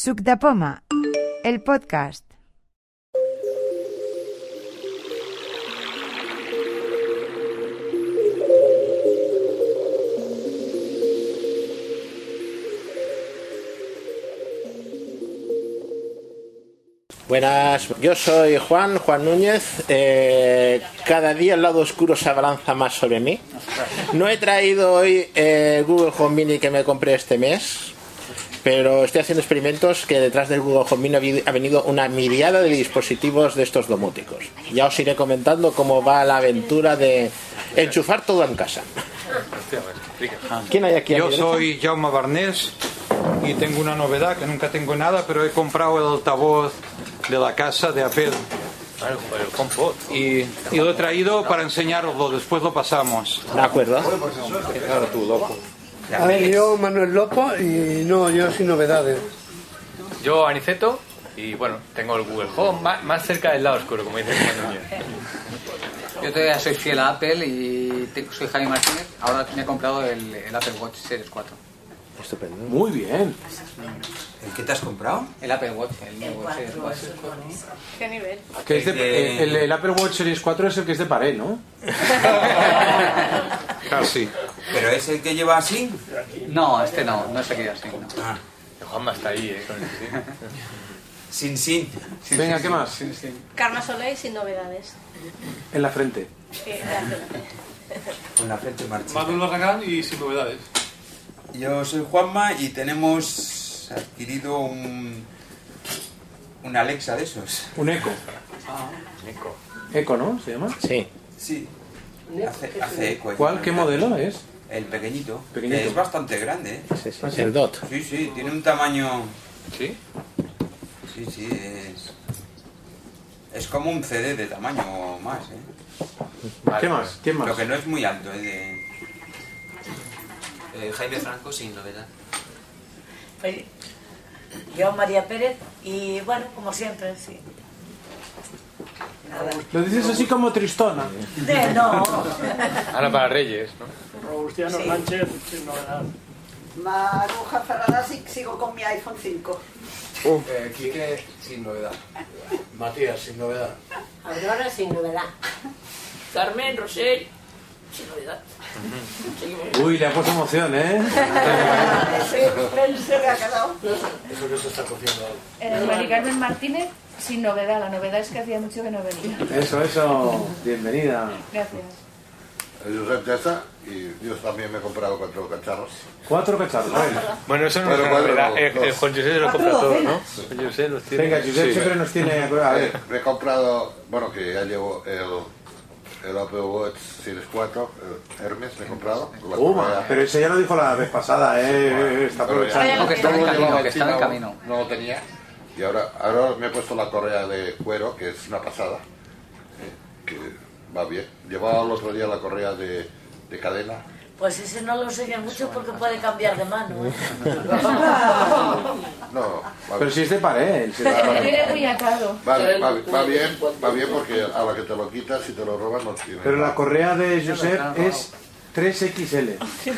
Suc de Poma, el podcast. Buenas, yo soy Juan, Juan Núñez. Eh, cada día el lado oscuro se abalanza más sobre mí. No he traído hoy eh, Google Home Mini que me compré este mes, pero estoy haciendo experimentos que detrás del Google Home Mini ha vi- ha venido una miriada de dispositivos de estos domóticos. Ya os iré comentando cómo va la aventura de enchufar todo en casa. ¿Quién hay aquí? Ah. a Yo mi derecha? soy Jaume Barnés y tengo una novedad que nunca tengo nada, pero he comprado el altavoz de la casa de Apple y, y lo he traído para enseñaroslo, después lo pasamos. De acuerdo. A ver, yo Manuel Lopo y no, yo sin novedades. Yo, Aniceto, y bueno, tengo el Google Home más, más cerca del lado oscuro, como dice Juan Núñez. Yo todavía soy fiel a Apple y te- soy Javi Martínez. Ahora me he comprado el, el Apple Watch Series 4. Estupendo. Muy bien. ¿El que te has comprado? El Apple Watch, el ¿eh? nuevo Series 4. ¿Qué nivel? Que es de- Eh, el, el Apple Watch Series 4 es el que es de pared, ¿no? Casi. ¿Pero es el que lleva así? No, este no, no es aquello así. no. Ah, Juanma está ahí, ¿eh? Con el- sí. sin sin. Venga, ¿qué más? Karma Soleil sin novedades. En la frente. Eh, gracias. Con la frente marchita. Manuel Barragán y sin novedades. Yo soy Juanma y tenemos adquirido un... Un Alexa de esos. Un eco. Ah. Eco, ¿no? ¿Se llama? Sí. Sí. Hace, hace eco. ahí. ¿Cuál? ¿Qué modelo es? El pequeñito. Pequeñito. Es bastante grande, ¿eh? sí, sí, sí, el DOT. Sí, sí, tiene un tamaño... ¿Sí? Sí, sí, es... Es como un CD de tamaño o más, ¿eh? ¿Qué más? ¿Quién más? Lo que no es muy alto, ¿eh? De- Eh, Jaime Franco sin novedad. Pues, Yo, María Pérez, y bueno, como siempre, sí. Nada. Lo dices así como tristona. De- no. Ahora para Reyes, ¿no? Robustiano Sánchez, sin novedad. Maruja Ferrada, sigo con mi iPhone 5. uh. Eh, sin novedad. Matías, sin novedad. Aurora, sin novedad. Carmen, Rosel, sin novedad. Uy, le ha puesto emoción, ¿eh? se me ha quedado. Eso que se está cociendo algo. María Eh, Carmen Martínez sin novedad. La novedad es que hacía mucho que no venía. Eso, eso. Bienvenida. Gracias. El Josep ya está y yo también me he comprado cuatro cacharros. Cuatro cacharros. Venga, Bueno, eso no es Bueno, una cuatro, novedad. El, dos. el Juan José se los compra todos, ¿no? Juan José los tiene. Venga, Josep Sí. siempre nos tiene... eh, A A ver, ver, Eh, me he comprado, bueno, que ya llevo el, el Apple Watch Series 4, el Hermes, me he comprado. La Uma, primera- pero ese ya lo dijo la vez pasada, ¿eh? eh, eh, Está Pero ya- aprovechando. No, que estaba en Luego camino, llevaba que estaba en chino, camino. No lo tenía. Y ahora, ahora me he puesto la correa de cuero, que es una pasada. eh, Que va bien. Llevaba el otro día la correa de, de cadena. Pues ese no lo enseña mucho porque puede cambiar de mano. ¿eh? No, va Pero bien. si es de pared. si es de Va, pared. va, Tiene muy atado. va bien, va bien, va bien, va bien porque a la que te lo quitas, si te lo roban, no tiene. Pero la correa de no, Josep no. es 3XL. Sí,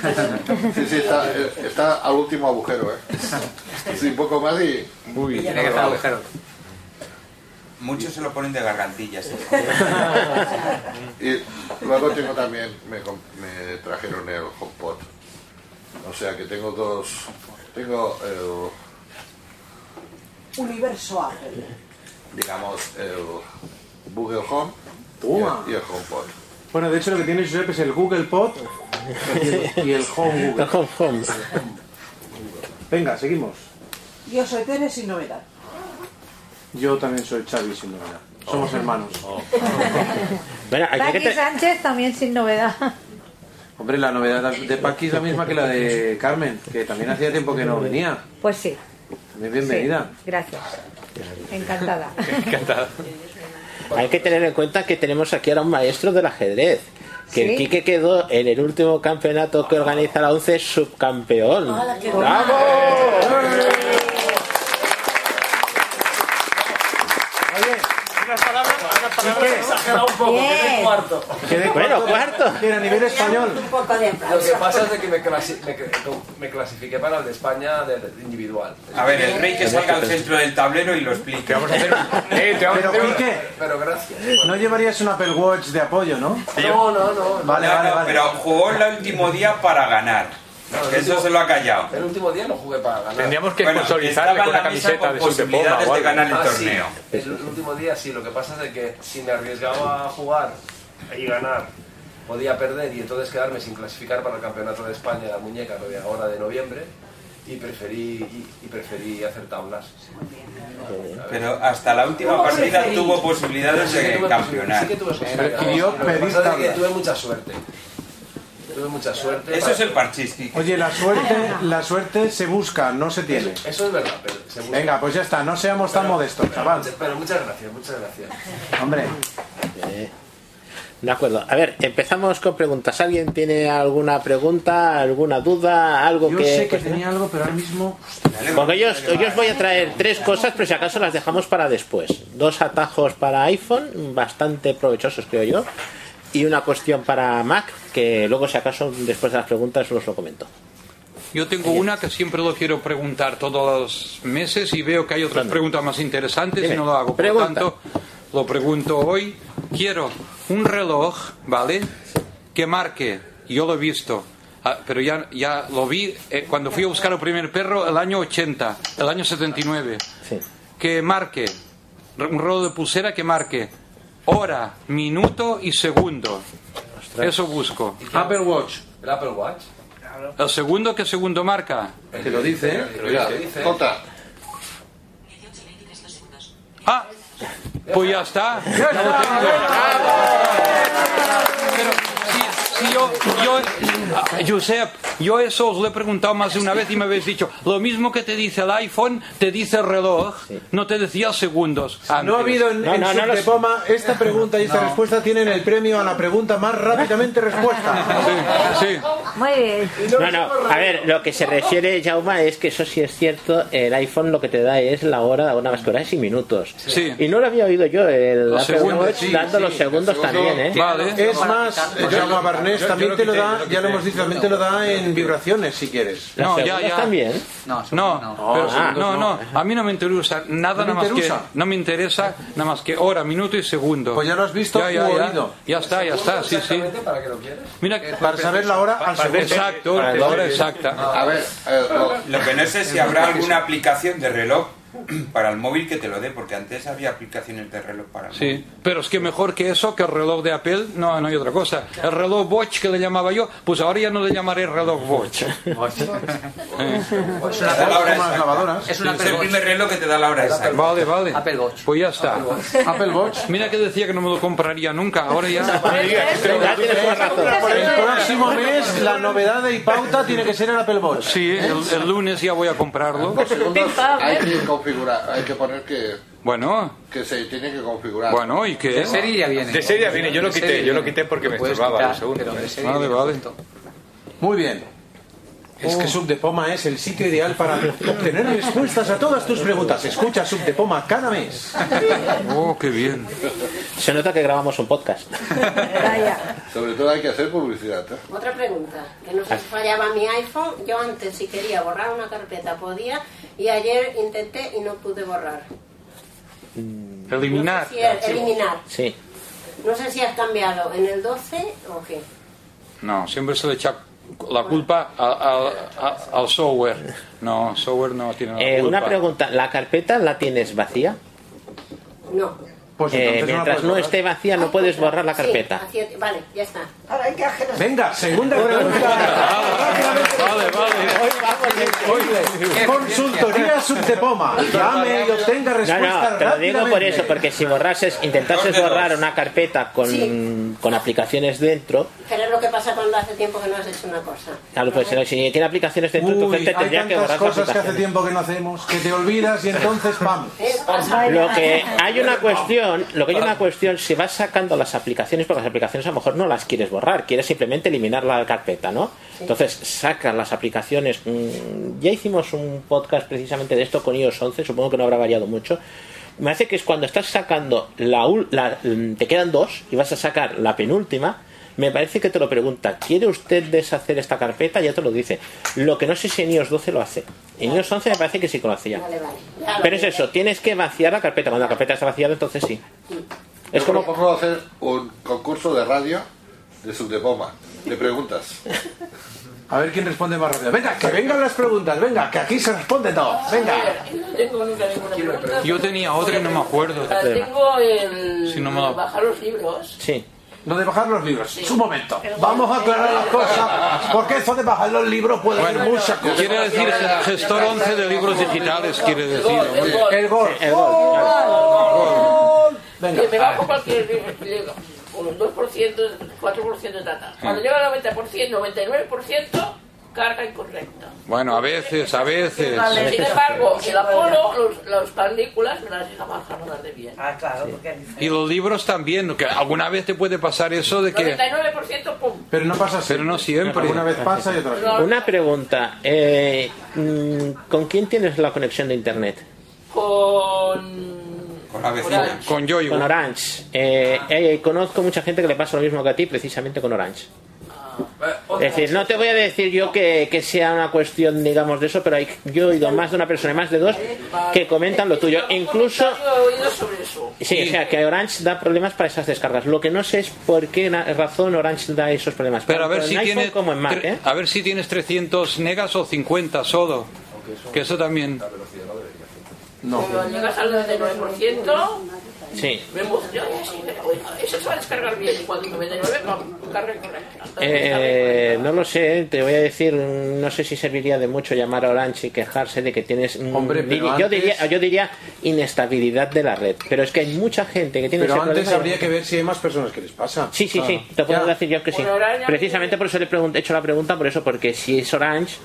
sí, está, eh, está al último agujero, ¿eh? Sí, un poco más y. Uy, Tiene que estar agujero. Muchos se lo ponen de gargantillas. ¿eh? Y luego tengo también, me, com- me trajeron el HomePod. O sea que tengo dos. Tengo el, Universo Apple. digamos, el Google Home y Toma. el, y el HomePod. Bueno, de hecho lo que tiene Josep es el Google Pod y el, y el Home Google. Home, home. Venga, seguimos. Yo soy Tere sin novedad. Yo también soy Xavi, sin duda. Somos hermanos. Bueno, aquí que Paqui te- Sánchez también sin novedad. Hombre, la novedad de Paqui es la misma que la de Carmen, que también hacía tiempo que no venía. Pues sí. También sí, bienvenida. gracias. Encantada. Hay que tener en cuenta que tenemos aquí ahora un maestro del ajedrez. Que el Sí. Quique quedó en el último campeonato que organiza la 11 subcampeón. Hola, qué ¡Bravo! Oye, unas palabras, unas Exagerado un poco, Bien. quedé cuarto. Bueno, cuarto. Mira, a nivel español. Un poco de Lo que aplauso. pasa es de que me, clasi- me cl- me clasifiqué para el de España de- de individual. A ver, el rey que salga al centro del tablero y lo explique. Vamos a hacer Pero Quique, Pero gracias. no llevarías un Apple Watch de apoyo, ¿no? No, no, no. Vale, vale, vale. Pero jugó el último día para ganar. No, Que el eso último- se lo ha callado. Ah, El último día no jugué para ganar. Tendríamos que sponsorizarle estaba con en una la mesa camiseta con de Son de Poma posibilidades o de algo. ganar el Ah, sí. torneo. El último día sí, lo que pasa es de que si me arriesgaba a jugar y ganar, podía perder y entonces quedarme sin clasificar para el Campeonato de España de la muñeca lo de ahora de noviembre y preferí, y, y preferí hacer tablas. Pero hasta la última ¿Cómo partida preferís? tuvo posibilidades Sí que de tuve campeonar. Sí que tuve posibilidades. Adquirió Lo que pedir pasa es que tablas. tuve mucha suerte. Tuve mucha suerte. Eso para- es el parchís, Quique. Oye, la suerte, la suerte se busca, no se tiene. Eso es verdad, pero seguro. Venga, pues ya está, no seamos tan pues, modestos, chaval. Pero muchas gracias, muchas gracias. Hombre. Eh, De acuerdo. A ver, empezamos con preguntas. ¿Alguien tiene alguna pregunta, alguna duda, algo Yo que... sé que tenía algo, pero ahora mismo. Porque yo, os- yo os voy a traer tres cosas, pero si acaso las dejamos para después. Dos atajos para iPhone, bastante provechosos creo yo, y una cuestión para Mac, que luego si acaso después de las preguntas os lo comento. Yo tengo una que siempre lo quiero preguntar todos los meses y veo que hay otras preguntas más interesantes Dime. y no lo hago. Por lo tanto, lo pregunto hoy. Quiero un reloj, ¿vale? Que marque, yo lo he visto, ah, pero ya, ya lo vi eh, cuando fui a buscar el primer perro el año 80, el año 79. Que marque, re- un reloj de pulsera que marque hora, minuto y segundo. Eso busco. Apple Watch. El Apple Watch. El segundo, ¿qué segundo marca? Te lo dice, ¿eh? Te lo Mira, dice. Jota. Ah, pues ya está. Ya lo tengo. Pero si, si yo, yo, ah, Josep, yo eso os lo he preguntado más de una vez y me habéis dicho, lo mismo que te dice el iPhone, te dice el reloj, no te decía segundos. Ah, No ha habido en, en Sub de Poma esta pregunta y esta respuesta tienen el premio a la pregunta más rápidamente respuesta. Sí, sí. Muy bien. No, no, a ver, lo que se refiere Jauma es que eso sí es cierto, el iPhone lo que te da es la hora, una más que horas y minutos. Sí. Y no lo había oído yo, el Los Apple segundos, Watch sí, dando sí, los segundos el segundo también, ¿eh? Es más, Yo- Jaume yo- Barnés yo también lo te lo quité, da, ya yo lo lo quité. hemos dicho, también te lo da en vibraciones si quieres. Las segundas también. No, No, pero- Ah. no, no, a mí no me interesa nada, ¿No te nada más que interesa? no me interesa nada más que hora, minuto y segundo. Pues ya lo has visto ya, ya, u ya. oído. Ya está, ya está, sí, sí. ¿Para qué lo quieres? Mira, Para saber la hora al segundo. Exacto, Para el la doble. hora exacta. A ver, eh, eh, Lo que no sé es si habrá alguna aplicación de reloj para el móvil que te lo dé, porque antes había aplicaciones de reloj para el móvil. Sí, pero es que mejor que eso, que el reloj de Apple, no, no hay otra cosa. El reloj Watch que le llamaba yo, pues ahora ya no le llamaré reloj Watch. Eh. Es una palabra Como las lavadoras. Es una Sí, Es el primer reloj que te da la hora exacta. Vale, vale. Apple Watch. Pues ya está. Apple Watch. Mira que decía que no me lo compraría nunca, ahora ya. El próximo mes la novedad y pauta tiene que ser el Apple Watch. Sí, el, el lunes ya voy a comprarlo. Los segundos hay que configurar, hay que poner que, Bueno, que se tiene que configurar. bueno, ¿y qué? De serie ya viene, yo lo quité, yo lo quité porque me estorbaba. los segundos, ¿eh? Vale, vale. Muy bien. Es Oh. que Subdepoma es el sitio ideal para obtener respuestas a todas tus preguntas. Escucha Subdepoma cada mes. Oh, qué bien. Se nota que grabamos un podcast. Sobre todo hay que hacer publicidad. ¿eh? Otra pregunta, que no sé si fallaba mi iPhone. Yo antes si quería borrar una carpeta podía y ayer intenté y no pude borrar. Eliminar. Sí, el- eliminar. Sí. No sé si has cambiado en el 12 o qué. No, siempre se le echa la culpa a- a- a- al software. No, software no tiene la Eh, culpa. una pregunta, ¿la carpeta la tienes vacía? No. Pues Eh, entonces no la mientras puedes no borrar. esté vacía no puedes borrar la Sí, carpeta. hacía- vale, ya está. Venga, segunda pregunta. Vale, vale. Consultoría Subdepoma. Llame y obtenga No, respuestas no, te lo digo por eso, rápidamente. porque si borrases, intentases borrar una carpeta con, con aplicaciones dentro, Pero es lo que pasa cuando hace tiempo que no has hecho una cosa. claro, pues si tiene aplicaciones dentro, Uy, entonces hay tendría que tantas borrar la cosas que aplicación. hace tiempo que no hacemos que te olvidas y entonces ¡pam! Lo que hay una cuestión, lo que hay una cuestión, si vas sacando las aplicaciones, porque las aplicaciones a lo mejor no las quieres borrar, quieres simplemente eliminar la carpeta, ¿no? Entonces sacas las aplicaciones. mm, Ya hicimos un podcast precisamente de esto con iOS 11, supongo que no habrá variado mucho, me hace que es cuando estás sacando la, ul- la- mm, te quedan dos y vas a sacar la penúltima me parece que te lo pregunta ¿quiere usted deshacer esta carpeta? ya te lo dice lo que no sé si en iOS 12 lo hace en iOS 11 me parece que sí que lo hacía Vale, vale. Ya lo pero es vi. eso tienes que vaciar la carpeta cuando la carpeta está vaciada entonces sí es como propongo hacer un concurso de radio de subdepoma, de preguntas. A ver quién responde más rápido. Venga, que vengan las preguntas, venga, que aquí se responde todo. Venga. No tengo nunca ninguna pregunta. Yo tenía otra y no me acuerdo. La tengo en Si no me la- bajar los libros. Sí. Lo de bajar los libros. Es un momento. Vamos a aclarar las cosas. Porque eso de bajar los libros puede haber muchas cosas. Quiere decir gestor 11 de libros digitales, quiere decir. El gol. El gol. Que me bajo cualquier libro. libro, Un 2%, 4% de data. Cuando llega al 90%, 99% carga incorrecta. Bueno, a veces, a veces. Sin embargo, el Apolo, los- las películas me las deja bajar de bien. Ah, claro, porque Y los libros también, que alguna vez te puede pasar eso de que. 99% pum. Pero no pasa Pero no siempre. Alguna vez pasa y otra vez no. una pregunta eh, mm, ¿con quién tienes la conexión de internet? Con. Con la vecina. Orange. Con Yoigo. Con Orange. Eh, eh, conozco mucha gente que le pasa lo mismo que a ti, precisamente con Orange. Es decir, no te voy a decir yo que, que sea una cuestión, digamos, de eso, pero hay, yo he oído más de una persona, más de dos, que comentan lo tuyo. Incluso, Yo he oído sobre eso. sí, o sea, que Orange da problemas para esas descargas. Lo que no sé es por qué na- razón Orange da esos problemas. Pero a ver Tanto si en iPhone tienes. como en Mac, ¿eh? A ver si tienes 300 negas o 50 solo. Que eso también. Cuando llegas al 99%, Sí. me emociono y así, pero, oiga, Eso se va a descargar bien. Y cuando 99, pum, carga incorrecta. Eh, no lo sé, te voy a decir, no sé si serviría de mucho llamar a Orange y quejarse de que tienes. mm, Hombre, pero diri- yo, antes- diría, yo diría inestabilidad de la red, pero es que hay mucha gente que tiene Pero ese antes problema. habría que ver si hay más personas que les pasa. Ah. Sí, sí, sí, te puedo decir yo que sí. Bueno, Orange- Precisamente por eso le he pregun- he hecho la pregunta, por eso, porque si es Orange,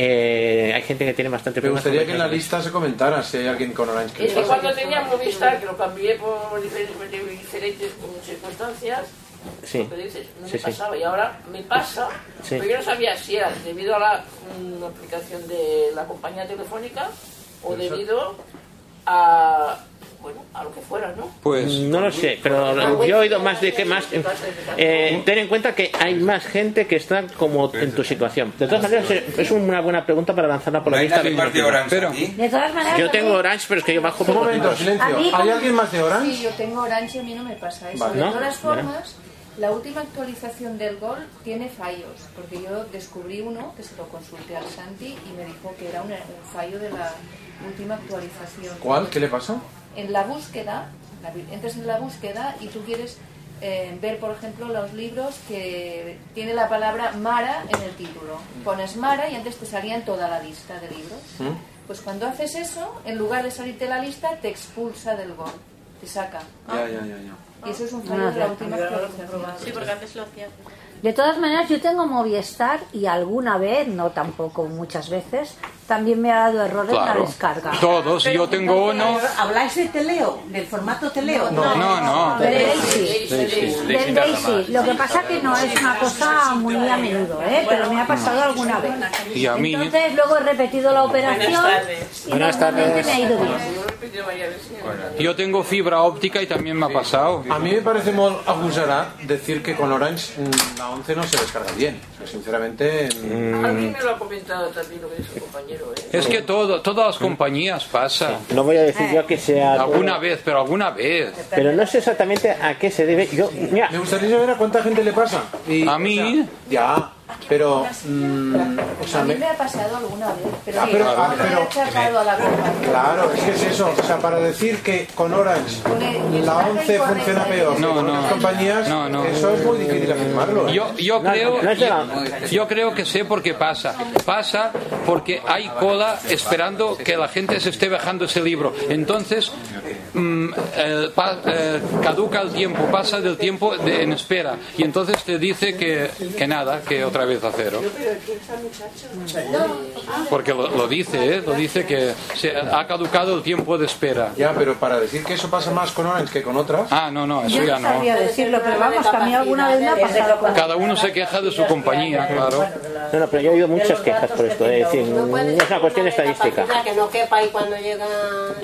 eh, hay gente que tiene bastante Me problemas. con gustaría que en la Orange. lista se comentara si hay alguien con Orange que les Es que pasa. cuando tenía Movistar, que lo cambié por diferentes, diferentes pues, circunstancias, Sí. lo que dices, no Sí, me sí. pasaba. Y ahora me pasa, Sí. pero yo no sabía si era debido a la mm, aplicación de la compañía telefónica o Pero eso- debido a, bueno, a lo que fuera, ¿no? Pues no lo sé, pero yo he oído más de que más. Eh, ten en cuenta que hay más gente que está como en tu situación. De todas Ah, maneras, es es una buena pregunta para lanzarla por la lista. de De todas maneras, Yo tengo a mí- Orange, pero es que yo bajo Un momento, a mí como- Sí, yo tengo Orange y a mí no me pasa eso. Vale. De ¿No? todas Mira. formas, la última actualización del Gol tiene fallos, porque yo descubrí uno que se lo consulté al Santi y me dijo que era un, un fallo de la última actualización. ¿Cuál? ¿Qué le pasa? En la búsqueda, la vi- entras en la búsqueda y tú quieres eh, ver, por ejemplo, los libros que tiene la palabra Mara en el título. Pones Mara y antes te salían toda la lista de libros. Pues cuando haces eso, en lugar de salirte la lista, te expulsa del gol, te saca. Ya, ya, ya, ya. Y eso es un fallo de la última actualización. Sí, porque antes lo hacía. de todas maneras, yo tengo Movistar y alguna vez, no tampoco muchas veces, también me ha dado errores en la Claro. descarga. Todos, yo tengo uno. ¿Habláis de teleo? ¿Del formato teleo? No, no, no. Del Daisy. Del Daisy. Lo que pasa que no es una cosa muy a menudo, ¿eh? pero me ha pasado alguna vez. Y a mí. Entonces luego he repetido la operación y Buenas normalmente tardes. me ha ido bien. Yo tengo fibra óptica y también me ha pasado. A mí me parece muy agusará decir que con Orange mm, la 11 no se descarga bien. O sea, Sinceramente... mm, Alguien me lo ha comentado también lo que dice su compañero, ¿eh? Es que todo, todas las compañías pasa. No voy a decir yo que sea. todo- Alguna vez, pero alguna vez. Pero no sé exactamente a qué se debe. Yo, mira, Me gustaría saber a cuánta gente le pasa. a mí... ya, pero... mm, o sea, A mí me- me ha pasado alguna vez, pero, Ah, sí, pero- no ah, me he pero- achacado a la compañía. Claro, es que es eso. O sea, para decir que con Orange la 11 funciona peor que No, con no. otras compañías, eso es muy difícil afirmarlo. ¿eh? Yo, yo creo, yo creo que sé por qué pasa. Pasa porque hay cola esperando que la gente se esté bajando ese libro. Entonces, mm, eh, pa- eh, caduca el tiempo, pasa del tiempo de- en espera. Y entonces te dice que, que nada, que otra vez. es acero. pero piensa muchacho. Porque lo, lo dice, ¿eh? Lo dice que se ha caducado el tiempo de espera. Ya, pero para decir que eso pasa más con Orange que con otras. Ah, no, no, eso Yo ya no sabría no. decirlo, pero vamos, que a mí alguna vez me ha ¿eh? pasado con... Cada uno se queja de su compañía, claro. No, no, pero yo he oído muchas quejas por esto, es decir, es una cuestión estadística. Una que no quepa y cuando llega...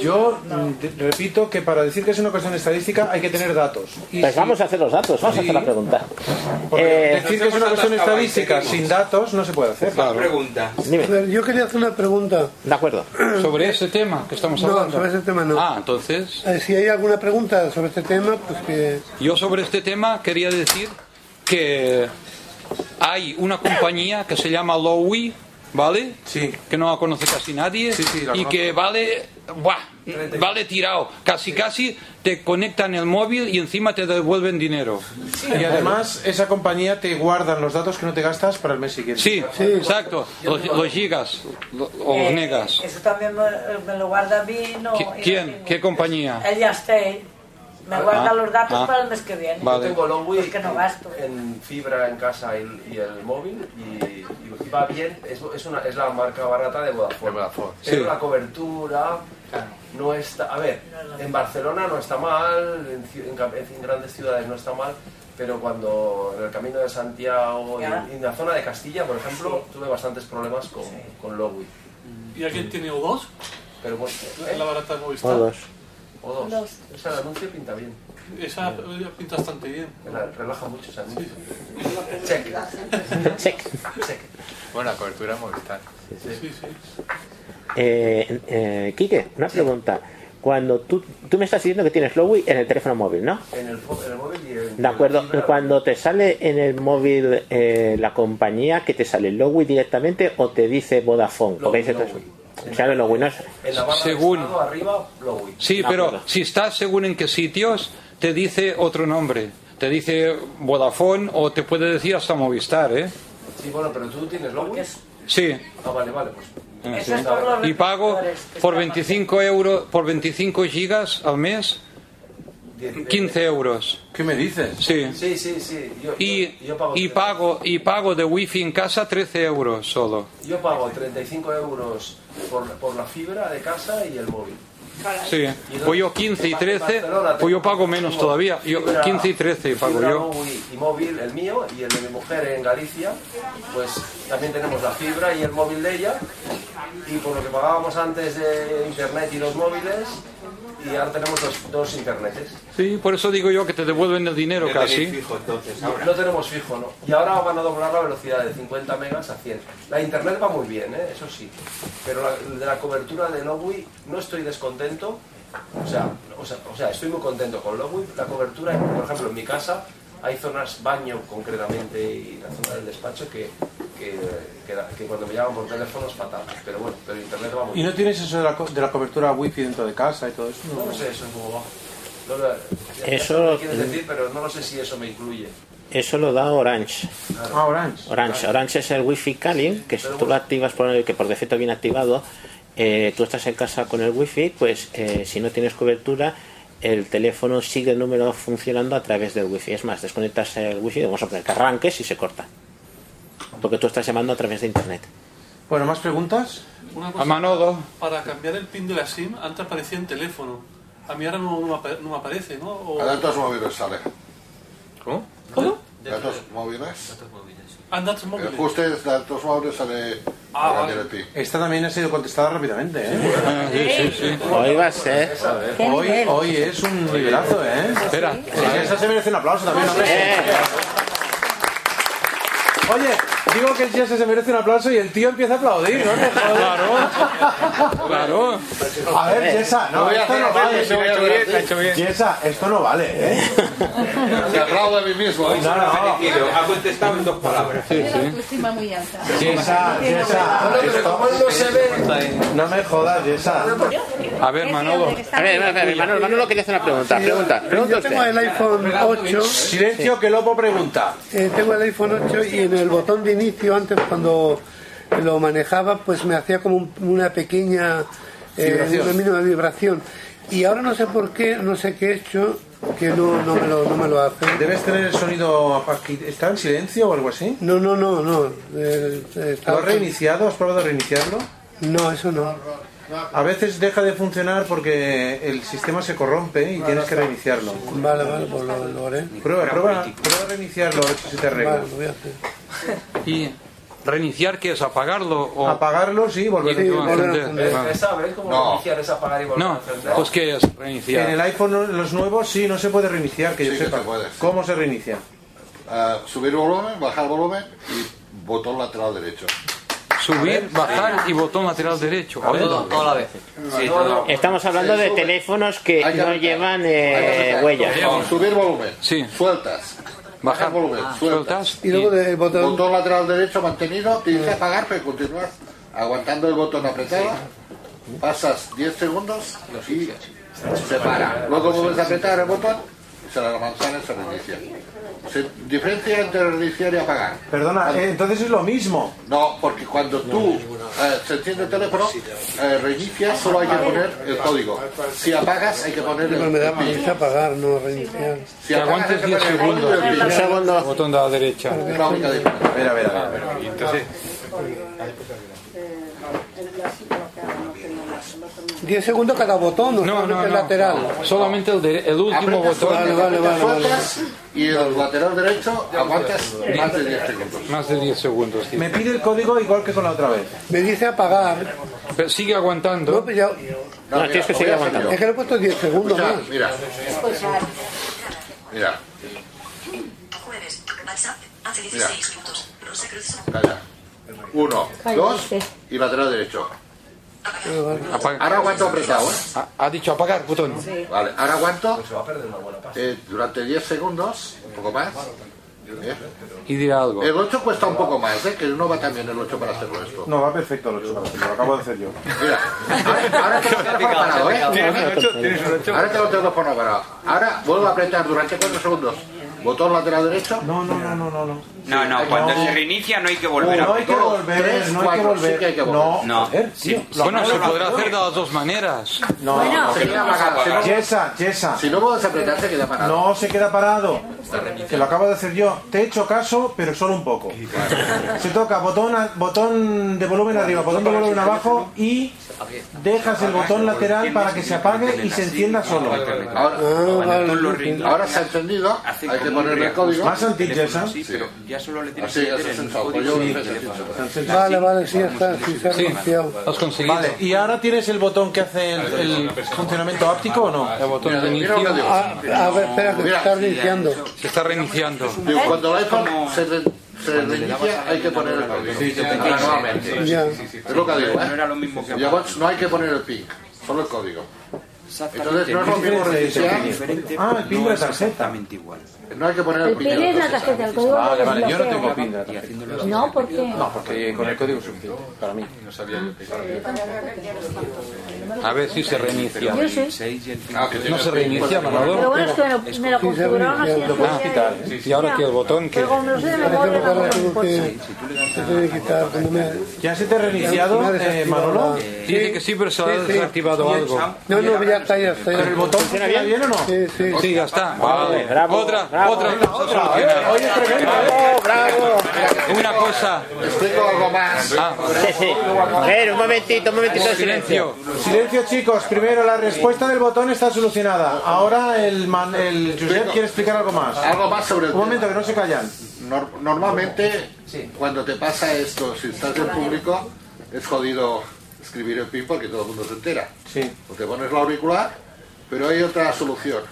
Yo mm, de- repito que para decir que es una cuestión estadística hay que tener datos. Y Pues si- vamos a hacer los datos, vamos a hacer la pregunta. porque Eh, decir que es una cuestión estadística sin datos no se puede hacer. pregunta. Dime. Yo quería hacer una pregunta. De acuerdo. Sobre ese tema que estamos No, hablando. sobre ese tema no. Ah, entonces. Eh, si hay alguna pregunta sobre este tema, pues que... Yo sobre este tema quería decir que hay una compañía que se llama Lowy, ¿vale? Sí. Que no la conoce casi nadie sí, la y conozco. que vale, buah, vale tirado, casi casi te conectan el móvil y encima te devuelven dinero. Y además esa compañía te guardan los datos que no te gastas para el mes siguiente. Sí, exacto, los, los gigas lo- o los Eh, negas. Eso también me, me lo guarda a mí. No, ¿Qui- ¿Quién? ¿Qué compañía? El Yastel. Me guarda los datos ah. para el mes que viene. Vale. Yo tengo Longwy no gasto. en fibra en casa y, y el móvil y, y va bien. Es, es una, es la marca barata de Vodafone. Pero Sí. la cobertura no está... A ver, en Barcelona no está mal, en, ci- en cap- en grandes ciudades no está mal, pero cuando en el camino de Santiago y Ya. en, en la zona de Castilla, por ejemplo, tuve bastantes problemas con, con Longwy. ¿Y alguien tiene O2? Pero bueno, ¿eh? La barata de Movistar. O2. O dos. O sea, el anuncio pinta bien. Esa eh, pinta bastante bien. Rela- Relaja mucho ese anuncio. Check. Check. Check. Bueno, la cobertura Movistar. Sí, sí. Eh, eh, Quique, una pregunta. Cuando tú, tú me estás diciendo que tienes Lowy en el teléfono móvil, ¿no? En el, fo- en el móvil y en... De acuerdo. Cuando te sale en el móvil eh, la compañía, que te sale Lowy directamente o te dice Vodafone. Porque dice Sale Lowy, ¿no? En la barra Según. de estado, arriba, Lowy. Sí, pero si estás según en qué sitios, te dice otro nombre. Te dice Vodafone o te puede decir hasta Movistar, ¿eh? Sí, bueno, pero tú tienes Lowy. Sí. Ah, vale, vale, pues... Sí. Y pago por 25 euros, por 25 gigas al mes, 15 euros. ¿Qué me dices? Sí. Sí, sí, sí. Yo, Y, yo, yo pago, y pago y pago de wifi en casa 13 euros solo. yo pago 35 euros por, por la fibra de casa y el móvil. Sí. Pues yo 15 y En 13, Barcelona pues yo tengo- pago menos tengo todavía. Yo fibra- 15 y 13 pago fibra yo. móvil y móvil, el mío, y el de mi mujer en Galicia, pues también tenemos la fibra y el móvil de ella. Y por lo que pagábamos antes de internet y los móviles, y ahora tenemos los dos internetes. Sí, por eso digo yo que te devuelven el dinero casi. No tenemos fijo, ¿no? Y ahora van a doblar la velocidad de 50 megas a 100. La internet va muy bien, ¿eh? eso sí. Pero la, de la cobertura de Logui no estoy descontento. O sea, o sea, o sea, estoy muy contento con Logui. La cobertura, por ejemplo, en mi casa hay zonas baño concretamente y la zona del despacho que, que, que la- que cuando me llaman por teléfono es fatal. Pero bueno, pero internet va muy ¿Y bien. no tienes eso de la, co- de la cobertura wifi dentro de casa y todo eso? No lo sé, eso es como va. No lo- ya- ya sé Eso- lo que quieres decir, pero no lo sé si eso me incluye. Eso lo da Orange. Ah, Orange. Orange. Orange es el Wi-Fi calling, que si tú lo activas por el que por defecto viene activado, eh, tú estás en casa con el Wi-Fi, pues eh, si no tienes cobertura, el teléfono sigue el número funcionando a través del Wi-Fi. Es más, desconectas el Wi-Fi, vamos a poner que arranques y se corta. Porque tú estás llamando a través de Internet. Bueno, ¿más preguntas? Una cosa, Para cambiar el pin de la SIM, antes aparecía en teléfono. A mí ahora no, no me, apa- no me aparece, ¿no? O- A datos móviles sale. ¿Cómo? ¿Cómo? Datos móviles. Ah, datos móviles. Ajuste datos móviles sale Ah, para vale. el DLP. Esta también ha sido contestada rápidamente, ¿eh? Sí, sí, sí. Hoy va a ser. Qué Hoy, nivel. hoy es un nivelazo, ¿eh? Espera. Esa se merece un aplauso también, hombre. Oye, digo que el Jesse se merece un aplauso y el tío empieza a aplaudir, ¿no? Claro, claro. A ver, Jessa, no, Lo voy a esto hacer, no lo voy a vale. hacer, lo voy a hacer, lo he hecho bien. Jessa, esto no vale, ¿eh? Me aplaudo a mí mismo. ¿eh? No, no. Ha contestado este en dos palabras. Tiene la autoestima muy alta. Jessa, Jessa, esto- No me jodas, Jessa. A ver, Manolo. A ver, a ver, a ver, Manolo, Manolo quería hacer una pregunta. Pregunta, pregunta Yo tengo el usted. iPhone 8. ¿eh? Silencio, que Lopo pregunta. Eh, tengo el iPhone 8 y en el botón de inicio antes cuando lo manejaba pues me hacía como un- una pequeña eh, Vibración. una mínima vibración Y ahora no sé por qué, no sé qué he hecho, que no, no, me, lo, no me lo hace. ¿Debes tener el sonido apagado? ¿Está en silencio o algo así? No, no, no, no. eh, eh, ¿Lo estaba- has reiniciado? ¿Has probado a reiniciarlo? No, eso no. A veces deja de funcionar porque el sistema se corrompe y tienes que reiniciarlo. Vale, vale, pues lo, lo haré. Prueba, prueba, prueba a reiniciarlo a ver si se te arregla. Vale, lo voy a hacer. ¿Y reiniciar qué es? ¿Apagarlo? O... Apagarlo, sí, volver, y- sí, o volver a encender. encender. Vale. Es saber, es como No. reiniciar, es apagar y volver a No, encender. pues ¿qué es reiniciar? En el iPhone, los nuevos, sí, no se puede reiniciar, que yo Sí que sepa. se puede. ¿Cómo se reinicia? Ah, subir volumen, bajar volumen y botón lateral derecho. Subir, bajar y botón lateral derecho. ¿eh? A ver, todo- todo a la vez. Sí, todo. Estamos hablando Se de sube. teléfonos que Hay que no apretar. llevan eh, huella. Subir volumen. Sí. Sueltas. Bajar volumen. Ah. sueltas. Y luego de botón- Botón lateral derecho mantenido. Tienes que apagar pero continuar aguantando el botón apretado. Pasas 10 segundos y se para. Luego vuelves a apretar el botón y se la manzana y se reinicia. Se diferencia entre reiniciar y apagar. Perdona, Vale. eh, entonces es lo mismo. No, porque cuando tú eh, se enciende el teléfono, eh, reinicias, solo hay que poner el código. Si apagas, hay que poner Pero me el da pereza apagar, no reiniciar. Si aguantes 10 segundos. Un segundo. Botón de la derecha. Es la única diferencia. A ver, a ver, a ver. Entonces, 10 segundos cada botón, no, no, solamente el no. lateral. solamente el, de- el último Apretas botón. Vale, vale, vale, vale. Sueltas y el lateral derecho aguantas más de 10 segundos. Más de 10 segundos. Me pide el código igual que con la otra vez. Me dice apagar. Pero sigue aguantando. No, pues ya- No, No, tienes que mira, seguir lo voy a aguantando. hacer yo. Es que le he puesto 10 segundos Escucha, más. mira, mira, Jueves, WhatsApp, hace 16 minutos. Rosa Cruz. calla. Uno, dos y lateral derecho. Ahora aguanto apretado, ¿eh? Ha, ha dicho apagar botón. Vale, ahora aguanto eh, durante 10 segundos, un poco más. ¿eh? Y dirá algo. El 8 cuesta un poco más, ¿eh? que no va tan bien el 8 para hacerlo esto. No, va perfecto el 8, lo acabo de hacer yo. Mira, ahora, ahora tengo el teléfono parado, ¿eh? Tienes un ocho, tienes un ocho. Ahora tengo el teléfono parado. Ahora vuelvo a apretar durante 4 segundos. Botón lateral derecho. No, no, no, no, no. No, No, no, cuando No. Uh, se reinicia no hay que volver No a hay que volver, tres, no hay que cuatro, volver. sí que hay que volver. No, No. joder, tío, Sí. lo Bueno, acabo se de podrá hacer. hacer de las dos maneras. No, Bueno, no, se queda apagado, si no- Yesa, Yesa. Si no puedes apretar, se queda parado. No se queda parado. Que lo acabo de hacer yo. Te he hecho caso, pero solo un poco. Se toca botón, a- botón de volumen arriba, botón de volumen abajo y dejas el botón lateral para que se apague y se encienda solo. Ahora, vale. ahora- ahora se ha encendido, hay que ponerle el código. Más antiguo, Yesa. Ya solo le tienes Así, que ya se meter ha el sentado. código. pues yo Sí. me he sentado. Vale, vale, sí, ya está, sí, se ha Sí. anunciado. Has conseguido. Vale, y ahora tienes el botón que hace el, el funcionamiento áptico o no? El botón de Mira, mira, inicio. A, Ah, a ver, espera, que se está reiniciando. Se está reiniciando. Digo, cuando el iPhone se, re- se reinicia, hay que poner el código. Ahora, nuevamente. Ya. Es lo que digo, ¿eh? Y a Watch no hay que poner el ping, solo el código. Entonces no es lo mismo reiniciar, Ah, el pin de la tarjeta. igual. no hay que poner El el PIN es código. la tarjeta, el código Ah, Vale, es vale, yo no bloqueo. tengo pin de la tarjeta. No, ¿por qué? No, porque con el código es suficiente para mí. No sabía A ver si se reinicia. Yo sí. Ah, No se reinicia, Manolo. Pero bueno, es que me lo, me lo configuraron así. ¿eh? Ah, ¿eh? y ahora que el botón que... Pero como me lo sé de memoria, no me lo que- ¿Ya se te ha Me ha reiniciado, desactivado eh, Manolo? la- Dice que sí, pero se ha Sí, sí. desactivado Y- algo. No, no, ya está, ya está. ¿Pero el botón ¿Funciona funciona bien o no? Sí, sí. Sí, ya está. Vale, bravo, otra, bravo. otra. otra. Oye, tremendo. bravo. Una cosa. Explico algo más. Ah, Sí, sí. A ver, un momentito, un momentito de silencio. silencio. Silencio, chicos. Primero, la respuesta del botón está solucionada. Ahora el, man, el Josep quiere explicar algo más. Algo más sobre el Un momento, tema. que no se callan. Nor- normalmente, cuando te pasa esto, si estás en público, es jodido escribir el pin porque todo el mundo se entera. Sí. O Pues te pones la auricular, pero hay otra solución,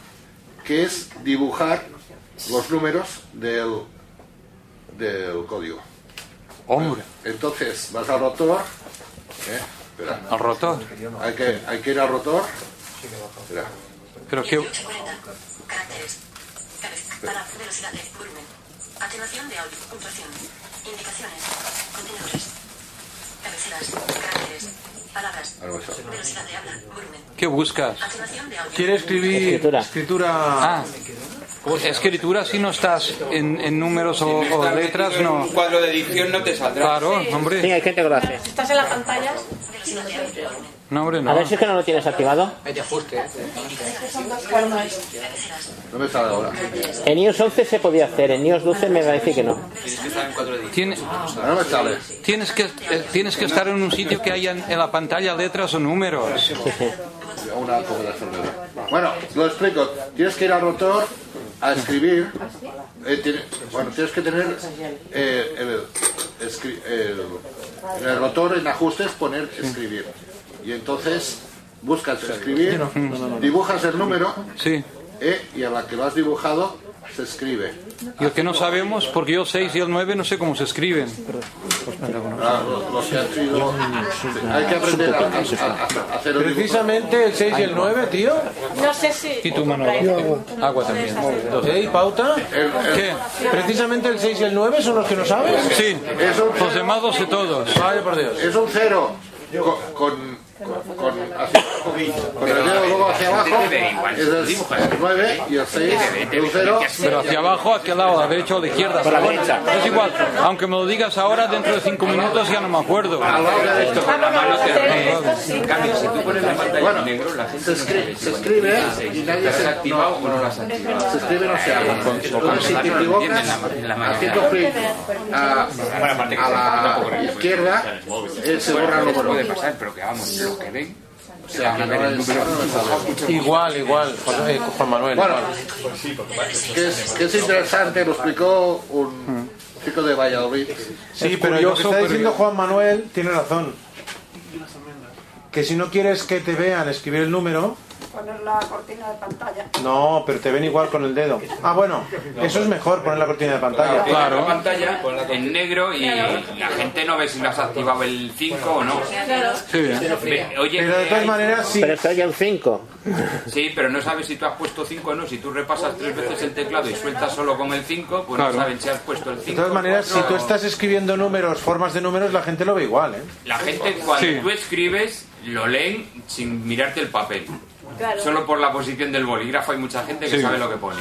que es dibujar los números del, del código. Hombre, Entonces, vas al rotor, ¿eh? Espera, al rotor. hay que, hay que ir al rotor. Espera. Pero que... Caracteres. Cabeza. Para. Velocidad de volumen. Atenuación de audio. Puntuación. Indicaciones. Contenedores. Cabeceras. Caracteres. Palabras. Algo eso. Velocidad de habla. Volumen. ¿Qué buscas? Atenuación de audio. Quiere escribir escritura. Ah, escritura si no estás en, en números o, o letras, no. Un cuadro de edición no te saldrá. Claro, Sí, hombre. hay gente que lo hace. Estás en las pantallas. No, hombre, no. A ver si es que no lo tienes activado. Vete ajuste. ¿eh? No me sale ahora. En iOS 11 se podía hacer, en iOS 12 me parece que no. Tienes que estar en cuatro Tienes que, eh, tienes que estar en un sitio que haya en, en la pantalla letras o números. Una como la cerveza. Bueno, lo explico. Tienes que ir al rotor a escribir. eh, tiene- bueno, tienes que tener eh, el, escri- el- en el rotor en ajustes poner escribir. Y entonces buscas escribir, dibujas el número Sí. eh, y a la que lo has dibujado se escribe. Y el que no sabemos, porque yo el 6 y el 9 no sé cómo se escriben. Ah, lo- Mm, lo que han sido- Hay que aprender a, a- a hacer un dibujo. Precisamente el 6 y el 9, tío. No sé si... ¿Y tú, Manolo? Traes- Agua también. ¿Y pauta? ¿Qué? Precisamente el 6 y el 9 son los que no sabes. Sí, los demás dos y todos. Vaya por Dios. Es un cero. Con, con, con, hacia abajo, con el dedo luego hacia abajo. Es el 9 y el 6. Un cero. Pero hacia abajo, ¿a qué lado? ¿A la derecha o a la izquierda? Por la Pero bueno, derecha. Es igual. Aunque me lo digas ahora, dentro de cinco minutos ya no me acuerdo. Esto con la mano te En cambio, si tú pones la pantalla en negro, la Se escribe, se escribe ¿eh? y nadie se activado o no las Se escribe no se habla. Entonces, si te equivocas, haciendo clic a, a la izquierda, eh, se borra el número. pues Puede pasar, pero que vamos, lo que ven. O sea, que no es- Igual, igual, Juan, eh, Juan Manuel. Bueno, igual. que es, que es interesante, lo explicó un chico de Valladolid. Mm. Sí, pero lo que está diciendo Juan Manuel tiene razón. Que si no quieres que te vean escribir el número, Poner la cortina de pantalla. no, pero te ven igual con el dedo. Ah, bueno, eso es mejor poner la cortina de pantalla. La pantalla en negro y la gente no ve si lo has activado el 5 Oh, o no. Ve- Oye, eh, hay- Pero está ya el 5. Sí, pero no sabes si tú has puesto 5 o no. Si tú repasas tres veces el teclado y sueltas solo con el 5, pues Claro. no saben si has puesto el 5. De todas maneras, si tú estás escribiendo números, formas de números, la gente lo ve igual, ¿eh? La gente cuando Sí. tú escribes lo leen sin mirarte el papel. Claro. Solo por la posición del bolígrafo hay mucha gente que Sí. sabe lo que pone.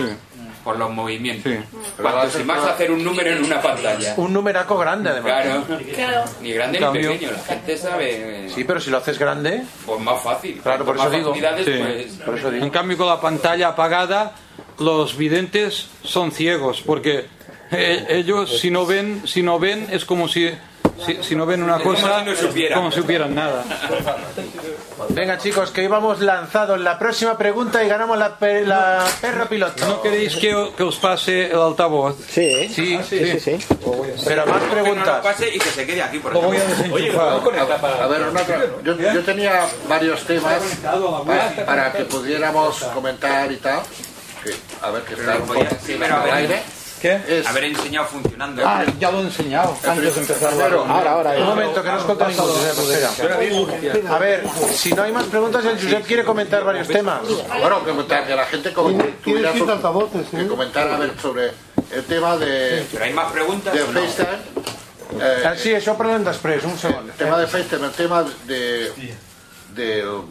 Por los movimientos. Pero Cuando si vas a hacer un número en una pantalla. Un numeraco grande, además. Claro. Claro. Ni grande En cambio- ni pequeño. La gente sabe. eh, Sí, pero si lo haces grande, Pues más fácil. Claro, por Cuanto eso más digo. facilidades, Sí. pues- Por eso digo. cambio, con la pantalla apagada, los videntes son ciegos, porque eh, ellos si no ven, si no ven es como si, si, si no ven una Como cosa, si no supieran. como si supieran nada. Venga, chicos, que íbamos lanzados. La próxima pregunta y ganamos la, pe- la perra piloto. ¿No queréis que, o- que os pase el altavoz? Sí, sí, sí, Pero más Que no lo pase y que se quede aquí, por Lo voy a ejemplo. desenchufar. Oye, ¿puedo conectar para- A ver, una otra- yo, yo tenía varios temas para, para que pudiéramos comentar y tal. Que, a ver, que está un poco Primero, a al ver, aire. ¿Qué? Haber enseñado funcionando. Ah, ya lo he enseñado antes de empezar. Ahora, ahora. Un momento, que no escolta ninguno. Josep, espera. pues A ver, si no hay más preguntas, el Josep quiere comentar varios temas. Bueno, que, comentar, que la gente com- tuviera su- que comentar a ver sobre el tema de, Pero hay más preguntas. de o no? FaceTime. eh, Ah, sí, això parlem després, un segon. el tema de FaceTime, el tema de, del,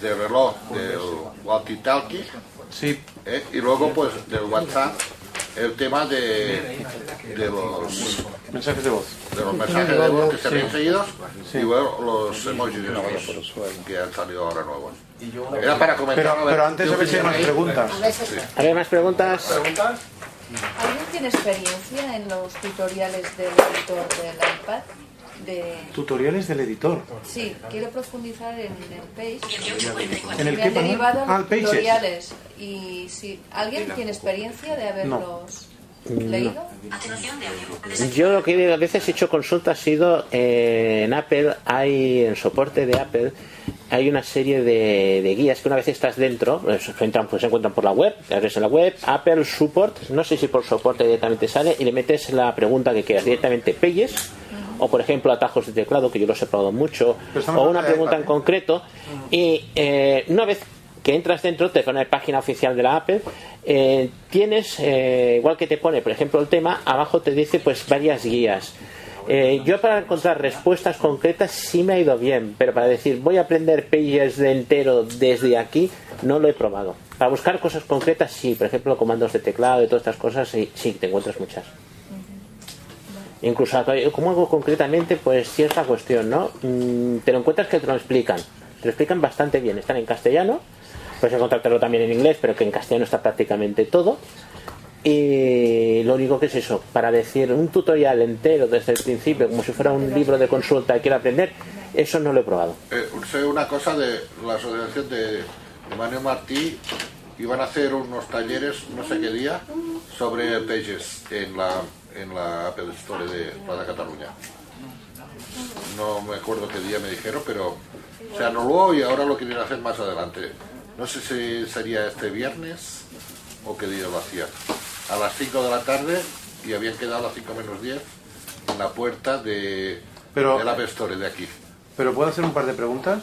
del reloj, del walkie-talkie. Sí. eh, y luego, pues, del WhatsApp, el tema de, de los Mensajes de voz. de los mensajes de voz que se habían Sí. seguido y luego los emojis que han salido ahora nuevos. Era para comentar. Pero- a ver, pero antes ¿qué a ver si hay más opináis? preguntas. Sí. A ver, más preguntas. ¿Alguien tiene experiencia en los tutoriales del editor del iPad? De... Tutoriales del editor. Sí, quiero profundizar en el Page. ¿En el Me qué, han perdón? derivado Ah, el Pages. tutoriales. Y si alguien tiene experiencia de haberlos Mm, leído. Yo lo que a veces he hecho consulta ha sido eh, en Apple, hay en soporte de Apple, hay una serie de, de guías que una vez estás dentro, pues, entran, pues, se encuentran por la web, abres en la web, Apple Support, no sé si por soporte directamente sale, y le metes la pregunta que quieras, directamente Pages, o por ejemplo atajos de teclado, que yo los he probado mucho, estamos o una hablando de pregunta iPad, en concreto, y eh, una vez que entras dentro, te pone la página oficial de la Apple, eh, tienes, eh, igual que te pone, por ejemplo, el tema, abajo te dice pues varias guías. Eh, yo para encontrar respuestas concretas sí me ha ido bien, pero para decir voy a aprender Pages de entero desde aquí, no lo he probado. Para buscar cosas concretas sí, por ejemplo, comandos de teclado y todas estas cosas, sí, sí te encuentras muchas. Incluso, ¿cómo hago concretamente? Pues cierta cuestión, ¿no? Mm, te lo encuentras que te lo explican. Te lo explican bastante bien. Están en castellano. Puedes encontrártelo también en inglés, pero que en castellano está prácticamente todo. Y lo único que es eso, para decir un tutorial entero desde el principio, como si fuera un libro de consulta y quiero aprender, eso no lo he probado. Eh, sé una cosa de la asociación de, de Manuel Martí, iban a hacer unos talleres, no sé qué día, sobre Pages en la, en la Apple Store de Plaza Cataluña. No me acuerdo qué día me dijeron, pero se anuló y ahora lo quieren hacer más adelante. No sé si sería este viernes o qué día lo hacían. A las 5 de la tarde y habían quedado a las 5 menos 10 en la puerta de, Pero- del App Store de aquí. ¿Pero puedo hacer un par de preguntas?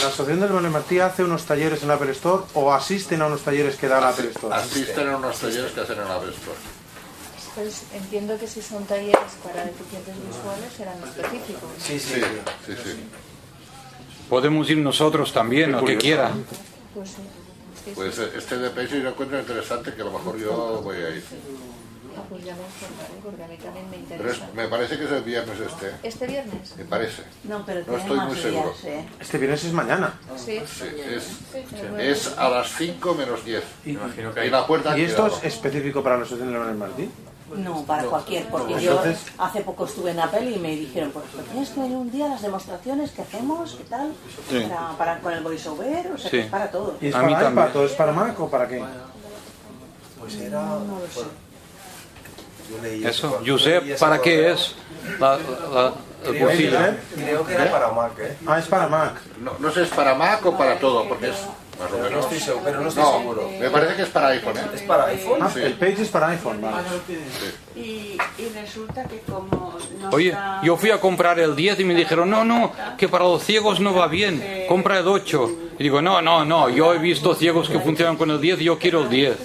¿La Asociación del Manuel Martí hace unos talleres en la Apple Store o asisten a unos talleres que da la Apple Store? Asisten a unos talleres que hacen en la App Store. Pues entiendo que si son talleres para deficientes visuales serán específicos. sí, sí. Podemos ir nosotros también, o que quiera. Pues sí. Sí, Pues eh, este de pecho yo lo encuentro interesante que a lo mejor yo voy a ir. Ah, pues ya me informaré porque a mí también me Pero interesa. es- me parece que es el viernes este. ¿Este viernes? Me parece. No, pero No tiene estoy más muy días, seguro. ¿eh? Este viernes es mañana. Sí. Sí, es, es a las 5 menos 10. Imagino Y la puerta han ¿Y esto quedado. es específico para la Asociación del Manuel Martí? No, para No. cualquier, porque No. yo Entonces- hace poco estuve en Apple y me dijeron, pues pues tienes que venir un día a las demostraciones que hacemos, qué tal, Sí. para, para- con el voiceover, o sea, que es para todo. ¿Y es A para mí iPad también. o es para Mac o para qué? Pues era. bueno, yo leí Eso, cuando- yo leí Josep, esa ¿para qué palabra. es la, la- el Creo que cursillo? era- creo que era para Mac, ¿eh? Ah, es para Mac. No, no sé si es para Mac o para todo, porque es más o No menos. estoy seguro, pero no estoy seguro. Me parece que es para iPhone. ¿eh? ¿Es para iPhone? Ah, Sí. el Page es para iPhone, vale. Y, y resulta que como no Oye, está- yo fui a comprar el 10 y me dijeron, no, no, que para los ciegos no va bien, compra el 8. Y digo, no, no, no, yo he visto ciegos que funcionan con el 10, yo quiero el 10.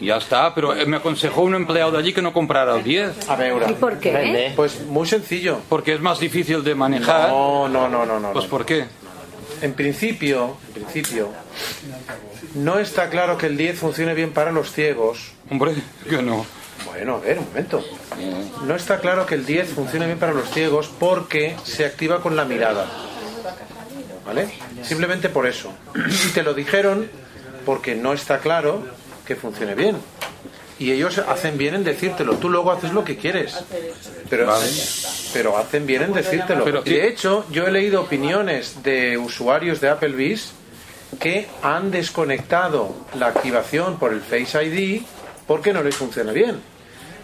Y Ya está, pero eh, me aconsejó un empleado de allí que no comprara el 10. A ver, ¿Y por qué? Vende. Pues muy sencillo. Porque es más difícil de manejar. No, no, no, no. no pues ¿por qué? En principio, en principio, no está claro que el 10 funcione bien para los ciegos. Hombre, que no. Bueno, a ver, un momento. No está claro que el 10 funcione bien para los ciegos porque se activa con la mirada. ¿Vale? Simplemente por eso. Y te lo dijeron porque no está claro que funcione bien. Y ellos hacen bien en decírtelo. Tú luego haces lo que quieres. Pero, Vale. pero hacen bien en decírtelo. Pero- Y de hecho, yo he leído opiniones de usuarios de Applebee's que han desconectado la activación por el Face ID porque no les funciona bien.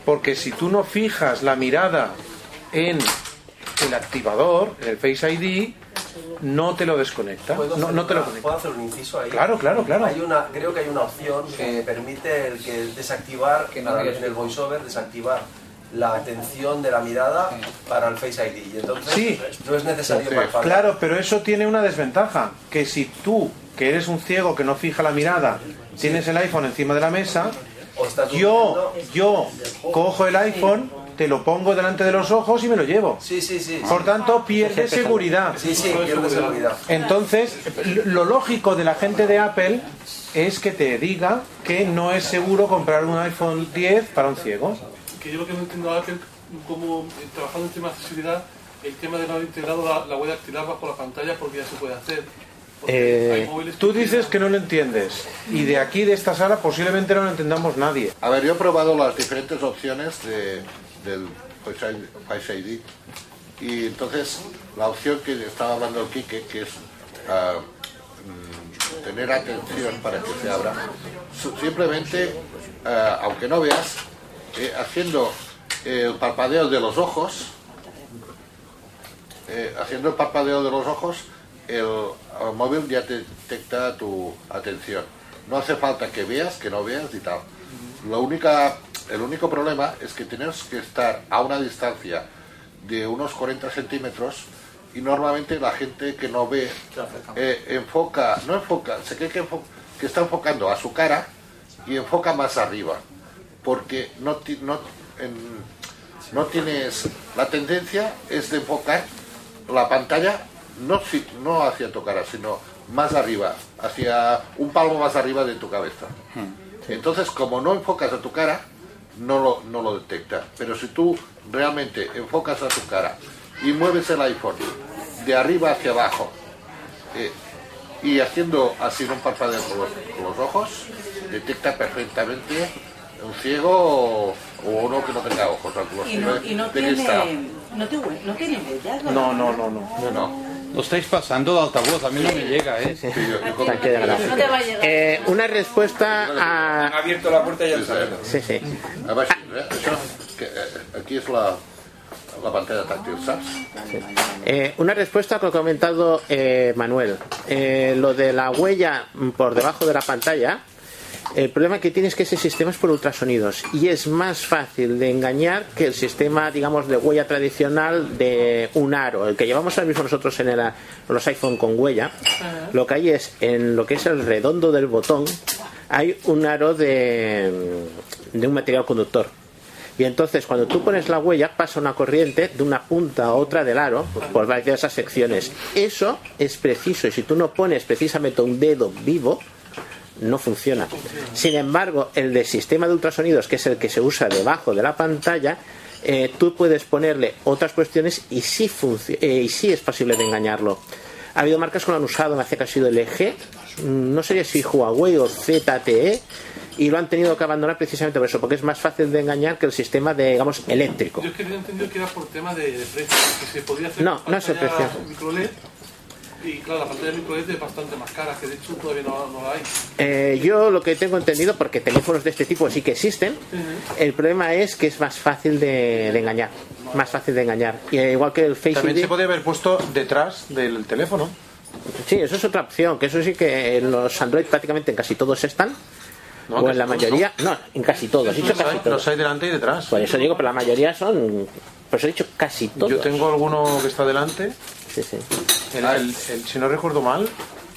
Porque si tú no fijas la mirada en el activador, en el Face ID, no te lo desconecta. ¿Puedo No, hacer no te lo una- conecta. ¿Puedo hacer un inciso ahí? Claro, claro, claro. Hay una, creo que hay una opción que permite el que desactivar para- en el voiceover, desactivar la atención de la mirada para el Face ID. Y entonces Sí. no es necesario Sí. para Claro, pero eso tiene una desventaja, que si tú, que eres un ciego que no fija la mirada, tienes el iPhone encima de la mesa, yo, yo cojo el iPhone, te lo pongo delante de los ojos y me lo llevo. Sí, sí, sí. Por tanto, pierde seguridad. Sí, sí, pierde seguridad. Entonces, lo lógico de la gente de Apple es que te diga que no es seguro comprar un iPhone 10 para un ciego. Que yo lo que no entiendo ahora que como eh, trabajando en tema de accesibilidad, el tema de no haber integrado la, la huella dactilar bajo la pantalla porque ya se puede hacer. Eh, tú dices que no lo entiendes y de aquí, de esta sala, posiblemente no lo entendamos nadie. A ver, yo he probado las diferentes opciones de, del Face ID Face ID. Y entonces la opción que estaba hablando el Quique, que es ah, mm, tener atención para que se abra, su- simplemente, ah, aunque no veas, eh, haciendo eh, el parpadeo de los ojos, eh, haciendo el parpadeo de los ojos, el, el móvil ya te detecta tu atención. No hace falta que veas, que no veas y tal. La única, el único problema es que tienes que estar a una distancia de unos 40 centímetros y normalmente la gente que no ve eh, enfoca, no enfoca, se cree que, enfo- que está enfocando a su cara y enfoca más arriba porque no, ti- no, en- no tienes la tendencia es de enfocar la pantalla no, si- no hacia tu cara sino más arriba hacia un palmo más arriba de tu cabeza entonces como no enfocas a tu cara no lo, no lo detecta pero si tú realmente enfocas a tu cara y mueves el iPhone de arriba hacia abajo eh, y haciendo así un parpadeo con los, con los ojos, detecta perfectamente un ciego o uno que no tenga ojos. algunos Y no, y no de cristal. tiene. No, te, hue- no tiene huellas, ¿verdad? no, no. Lo estáis pasando de altavoz, a mí no me llega, ¿eh? Aquí hay gracia. No te va a llegar. Eh, una respuesta a... Han abierto la puerta y ya Ah. Sí, sí. A ver, sí, eh, això, que, eh, aquí es la, la pantalla táctil, ¿sabes? Eh, una respuesta a lo que ha comentado eh, Manuel. Eh, lo de la huella mm, por debajo de la pantalla, el problema que tiene es que ese sistema es por ultrasonidos y es más fácil de engañar que el sistema, digamos, de huella tradicional de un aro, el que llevamos ahora mismo nosotros en el- los iPhone con huella. Lo que hay es, en lo que es el redondo del botón, hay un aro de, de un material conductor. Y entonces cuando tú pones la huella pasa una corriente de una punta a otra del aro por varias de esas secciones. Eso es preciso y si tú no pones precisamente un dedo vivo, no funciona. Sin embargo, el del sistema de ultrasonidos, que es el que se usa debajo de la pantalla, eh, tú puedes ponerle otras cuestiones y sí, funci- eh, y sí es posible de engañarlo. Ha habido marcas que lo han usado, me hace que ha sido LG, mm, no sé si Huawei o ZTE, y lo han tenido que abandonar precisamente por eso, porque es más fácil de engañar que el sistema, de, digamos, eléctrico. Yo es que tenía entendido que era por tema de, de precio, que se podía hacer No, no es el pantalla precio. microLED y claro, la pantalla microLED es bastante más cara, que de hecho todavía no, no la hay. Eh, yo lo que tengo entendido, porque teléfonos de este tipo sí que existen, el problema es que es más fácil de, de engañar. Más fácil de engañar. Y eh, igual que el Face También ID, se podía haber puesto detrás del teléfono. Sí, eso es otra opción, que eso sí que en los Android prácticamente en casi todos están. No, o casi en la todos, mayoría, no. en casi todos, he dicho Los casi hay, todos. los hay delante y detrás. Por eso digo, pero la mayoría son, pues he dicho casi todos. Yo tengo alguno que está delante. Sí, sí. El- Ah. el- el- si no recuerdo mal,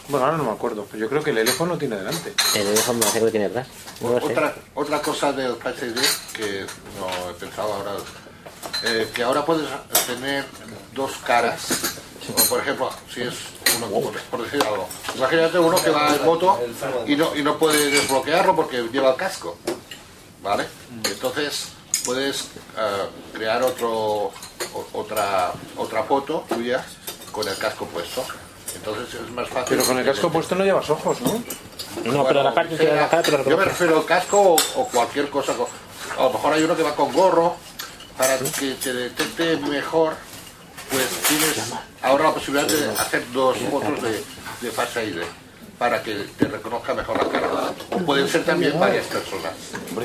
bueno, ahora no me acuerdo, pero yo creo que el teléfono no tiene delante. El teléfono no sé qué tiene detrás. No ¿Ah, lo sé. Otra, otra cosa del HD que no he pensado ahora, eh, que ahora puedes tener dos caras. O, por ejemplo, si es uno, por, por decir algo. Imagínate uno que va en moto y no, y no puede desbloquearlo porque lleva el casco. ¿Vale? Mm. Entonces puedes eh, crear otro, o- otra, otra foto tuya con el casco puesto. Entonces es más fácil. Pero con el casco puesto no llevas ojos, ¿no? No, pero la parte Era- Yo me refiero al casco o, o cualquier cosa. con- A lo mejor hay uno que va con gorro para que te detecte mejor. Pues tienes ahora la posibilidad de hacer dos fotos de, de Face ID para que te reconozca mejor la cara. O pueden ser también varias personas,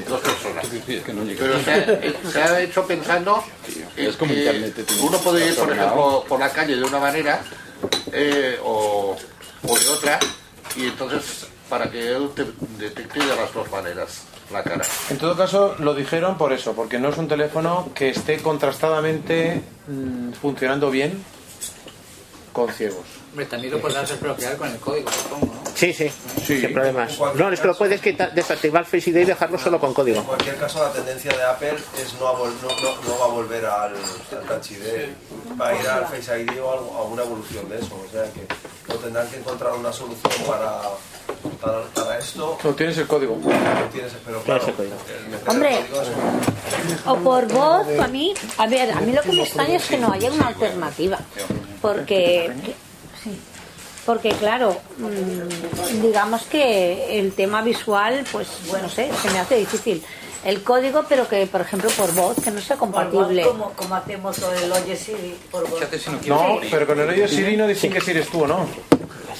dos personas. Pero se ha, se ha hecho pensando en que uno puede ir, por ejemplo, por la calle de una manera eh, o, o de otra, y entonces para que él te detecte de las dos maneras la cara. En todo caso, lo dijeron por eso, porque no es un teléfono que esté contrastadamente mm, funcionando bien con ciegos. Hombre, también lo podrás desbloquear con el código, supongo. Sí, sí, sin problemas. No, es que lo puedes quitar- desactivar Face ID y dejarlo solo con código. En cualquier caso, la tendencia de Apple es no, a vol- no, no- no va a volver al, al Touch ID, va a ir al Face ID o algo- a una evolución de eso. O sea que no tendrán que encontrar una solución para, para, para esto. No tienes el código. Tienes, pero claro, Eh, el meter el Hombre, código es- O por voz, a mí, a ver, a mí lo que me extraña es que no haya una alternativa. Porque, sí, porque claro, mm, digamos que el tema visual, pues no sé, se me hace difícil. El código, pero que, por ejemplo, por voz, que no sea compatible. Como, como hacemos con el Oye Siri, por voz. No, pero con el oído Siri no distingue si eres tú o no.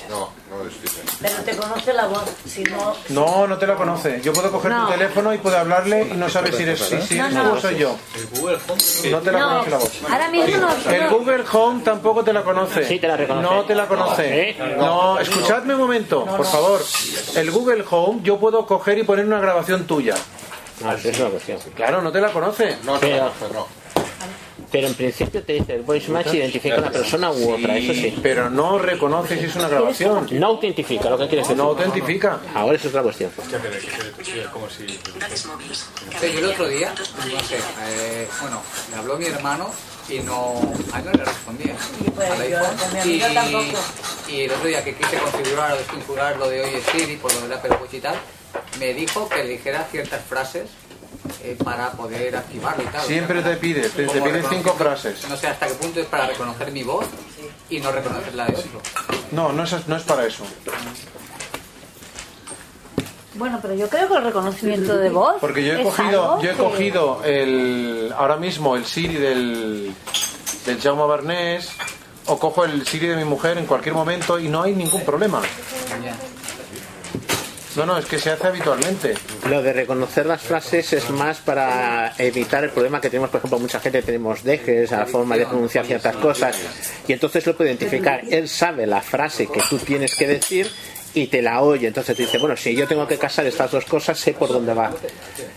No, no distingue. Pero te conoce la voz, si no... No, no te la conoce. Yo puedo coger tu teléfono y puedo hablarle y no sabes si eres, si, si eres No, tú no. o soy yo. Eh, No te la No, conoce la voz. ahora mismo no- El Google Home tampoco te la conoce. Sí, te la reconoce. No te la conoce. ¿Eh? No, escuchadme un momento, por favor. El Google Home yo puedo coger y poner una grabación tuya. No, Ah, eso es una cuestión. Claro, no te la conoce. No te la conoce, no. Pero en principio te dice el voice match identifica a una persona u otra, eso sí. Pero no reconoce si es una grabación. No autentifica, lo que quieres decir. No autentifica. Ahora eso es otra cuestión. como si... yo yo el otro día, no sé, eh, bueno, me habló mi hermano y no, a él no le respondía. pues, al yo iPhone. con mi amiga Y- tampoco. Y el otro día que quise configurar o desconfigurar lo de Oye Siri por lo de la Watch y tal, me dijo que eligiera ciertas frases eh, para poder activarlo y tal. Siempre te pide, te, te Como pide cinco reconociendo- frases. No sé hasta qué punto es para reconocer mi voz y no reconoces la de otro. No, no es, no es para eso. Bueno, pero yo creo que el reconocimiento de voz. Porque yo he Oh, es cogido, algo yo he que- cogido el, ahora mismo el Siri del, del Jaume Barnés o cojo el Siri de mi mujer en cualquier momento y no hay ningún problema. No, no, es que se hace habitualmente. Lo de reconocer las frases es más para evitar el problema que tenemos, por ejemplo, mucha gente tenemos dejes a la forma de pronunciar ciertas cosas y entonces lo puede identificar. Él sabe la frase que tú tienes que decir y te la oye. Entonces te dice, bueno, si yo tengo que casar estas dos cosas, sé por dónde va.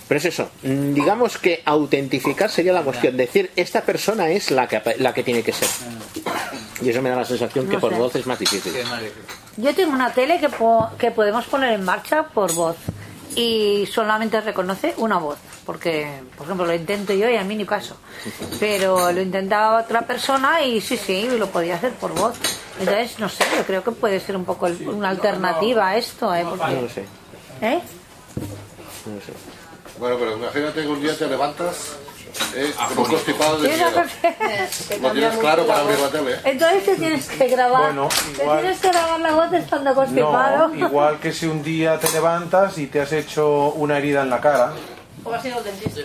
Pero es eso. Mm, Digamos que autentificar sería la cuestión. Decir, esta persona es la que, apa- la que tiene que ser. Y eso me da la sensación que No por sé. voz es más difícil. Yo tengo una tele que, po- que podemos poner en marcha por voz y solamente reconoce una voz, porque, por ejemplo, lo intento yo y a mí ni caso, pero lo intentaba otra persona y sí, sí, lo podía hacer por voz. Entonces, no sé, yo creo que puede ser un poco el- una alternativa a esto, ¿eh? Porque- No lo sé. ¿eh? No lo sé. Bueno, pero imagínate que un día te levantas eh, como constipado de Sí, no, miedo. porque- Lo tienes claro para abrir la tele. Entonces te tienes que grabar, Bueno, te igual- tienes que grabar la voz estando constipado. No, igual que si un día te levantas y te has hecho una herida en la cara. ¿O ha sido el dentista?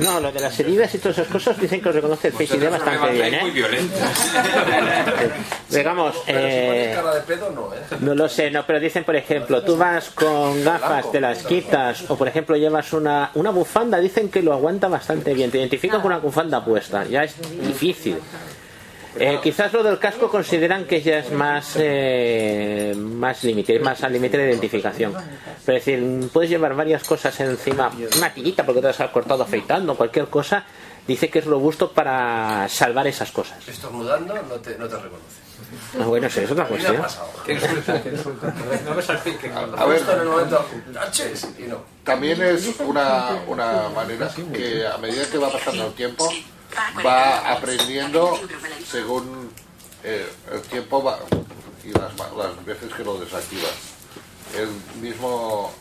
No, lo de las heridas y todas esas cosas dicen que os reconoce el Face ID bastante bien, ¿eh? muy violento. Digamos, eh, cara de pedo no, ¿eh? no lo sé, no, pero dicen, por ejemplo, tú vas con gafas, te las quitas, o por ejemplo llevas una, una bufanda, dicen que lo aguanta bastante bien, te identifican con una bufanda puesta, ya es difícil. Eh, quizás lo del casco consideran que ya es más eh, más límite, es más al límite de identificación. Pero es decir, puedes llevar varias cosas encima, una tirita porque te las has cortado afeitando, cualquier cosa, dice que es robusto para salvar esas cosas. Estornudando no te, no te reconoce. Ah, bueno, sí, es otra A mí me ha cuestión. pasado. No me salpiquen. A ver. Justo en el momento, "Aches", y no. También es una, una manera que a medida que va pasando el tiempo va aprendiendo según eh, el tiempo va- y las, ma- las veces que lo desactivas. El mismo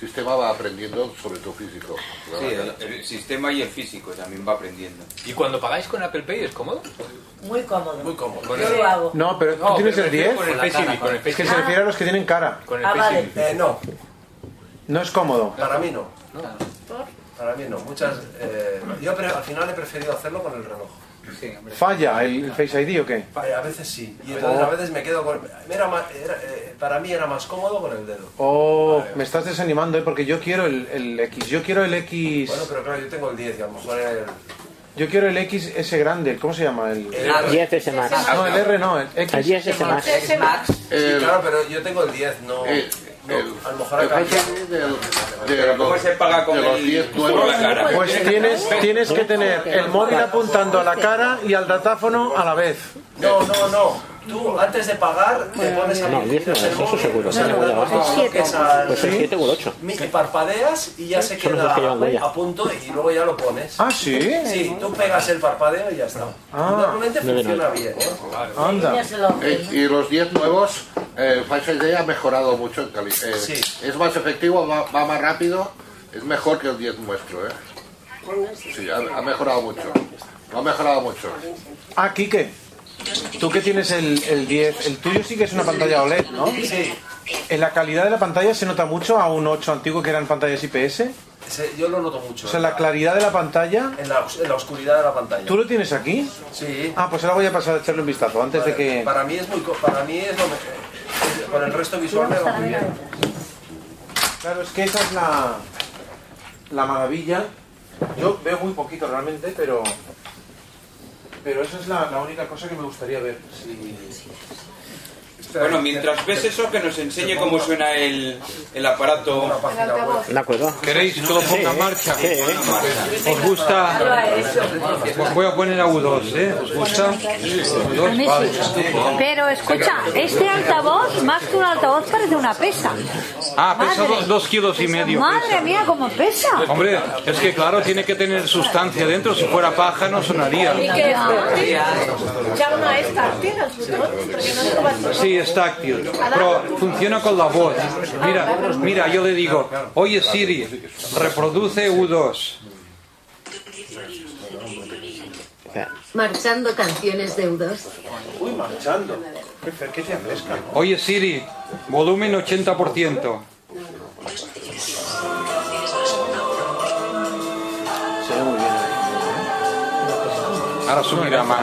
sistema va aprendiendo sobre tu físico. Sí, el, el sistema y el físico también va aprendiendo. ¿Y cuando pagáis con Apple Pay es cómodo? Muy cómodo. Muy cómodo. Yo lo hago. No, pero No, tú tienes pero el me refiero 10. con el Face ID, con el Face Es que ID. se refiere a los que tienen cara. Con el Ah, Face vale. ID. Eh, no, No es cómodo. para mí no. Para mí no. Muchas, eh, yo pre- al final he preferido hacerlo con el reloj. ¿Falla el Face ID o qué? Pa- A veces sí. Y entonces Oh. a veces me quedo con... era ma- era, eh, para mí era más cómodo con el dedo. Oh, me estás desanimando, ¿eh? porque yo quiero el, el X. Yo quiero el X. Bueno, pero claro, yo tengo el 10 y a lo mejor el... Yo quiero el XS grande. ¿Cómo se llama? El, El R. Ah, 10S Max. No, el R no, el Eh, X. El 10S Max. S Sí, claro, pero yo tengo el 10, no... no, a lo mejor ha el cambiado. Pero ¿cómo se paga con los 10 nuevos? Pues tienes, tienes que tener el móvil apuntando a la cara y al datáfono a la vez. No, no, no. Tú antes de pagar te pones a No, el 10 no, eso seguro. No, no, no, no, no, que es al- Pues el 7 o el 8. Mi- parpadeas y ya se Son los dos queda que llevan huella. a punto y luego ya lo pones. Ah, ¿sí? Ah, Sí, tú pegas el parpadeo y ya está. Normalmente No, no, no. funciona bien. ¿eh? Anda. Eh, y los 10 nuevos, eh, Face ID ha mejorado mucho en calidad. Sí. Es más efectivo, va, va más rápido, es mejor que el 10 nuestro. ¿eh? Sí, ha, ha mejorado mucho. Lo ha mejorado mucho. Ah, Quique. Tú que tienes el, el 10, el tuyo sí que es una pantalla OLED, ¿no? Sí. ¿En la calidad de la pantalla se nota mucho a un 8 antiguo que eran pantallas IPS? Se- Yo lo noto mucho. O sea, la claridad de la pantalla... En la, en la oscuridad de la pantalla. ¿Tú lo tienes aquí? Sí. Ah, pues ahora voy a pasar a echarle un vistazo antes de que... Para mí es muy... co- Para mí es lo mejor. Con el resto visual me va muy bien. Claro, es que esa es la, la maravilla. Yo veo muy poquito realmente, pero... Pero esa es la, la única cosa que me gustaría ver. si- Bueno, mientras ves eso, que nos enseñe cómo suena el, el aparato. De acuerdo. ¿Queréis que lo ponga en marcha? Sí, ¿eh? ¿Os gusta? Os voy a poner a U2, ¿eh? ¿Os gusta? A mí U2, sí. vale. Pero escucha, este altavoz, más que un altavoz, parece una pesa. Ah, pesa Madre. dos, dos kilos y medio. Madre mía, cómo pesa. Hombre, es que claro, tiene que tener sustancia dentro. Si fuera paja, no sonaría. ¿Y qué es? Llama a esta tela, Sí, es táctil, pero funciona con la voz. Mira, mira, yo le digo, oye Siri, reproduce U2. Marchando canciones deudos. Uy, marchando. Qué franquicia fresca, ¿no? Oye Siri, volumen 80%. Ahora subirá más.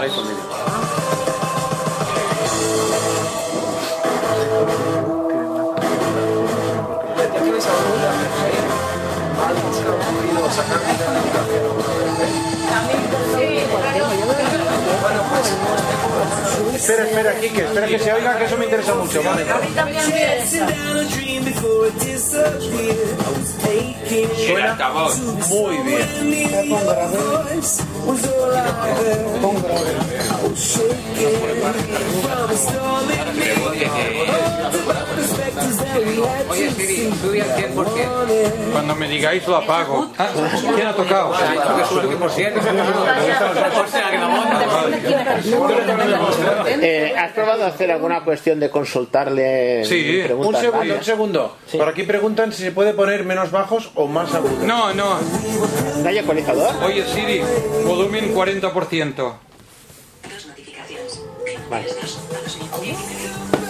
Espera, espera, Kike, espera que se oiga, que eso me interesa mucho, vale. Suena muy bien. Oye, Siri, sube al 100%. Cuando me digáis lo apago. Ah, ¿Quién ha tocado? Eh, ¿Has probado hacer alguna cuestión de consultarle mm, Sí, un preguntas segundo, un varias? segundo. Por aquí preguntan si se puede poner menos bajos o más agudos. No, no. ¿No hay ecualizador? Oye Siri, volumen 40%.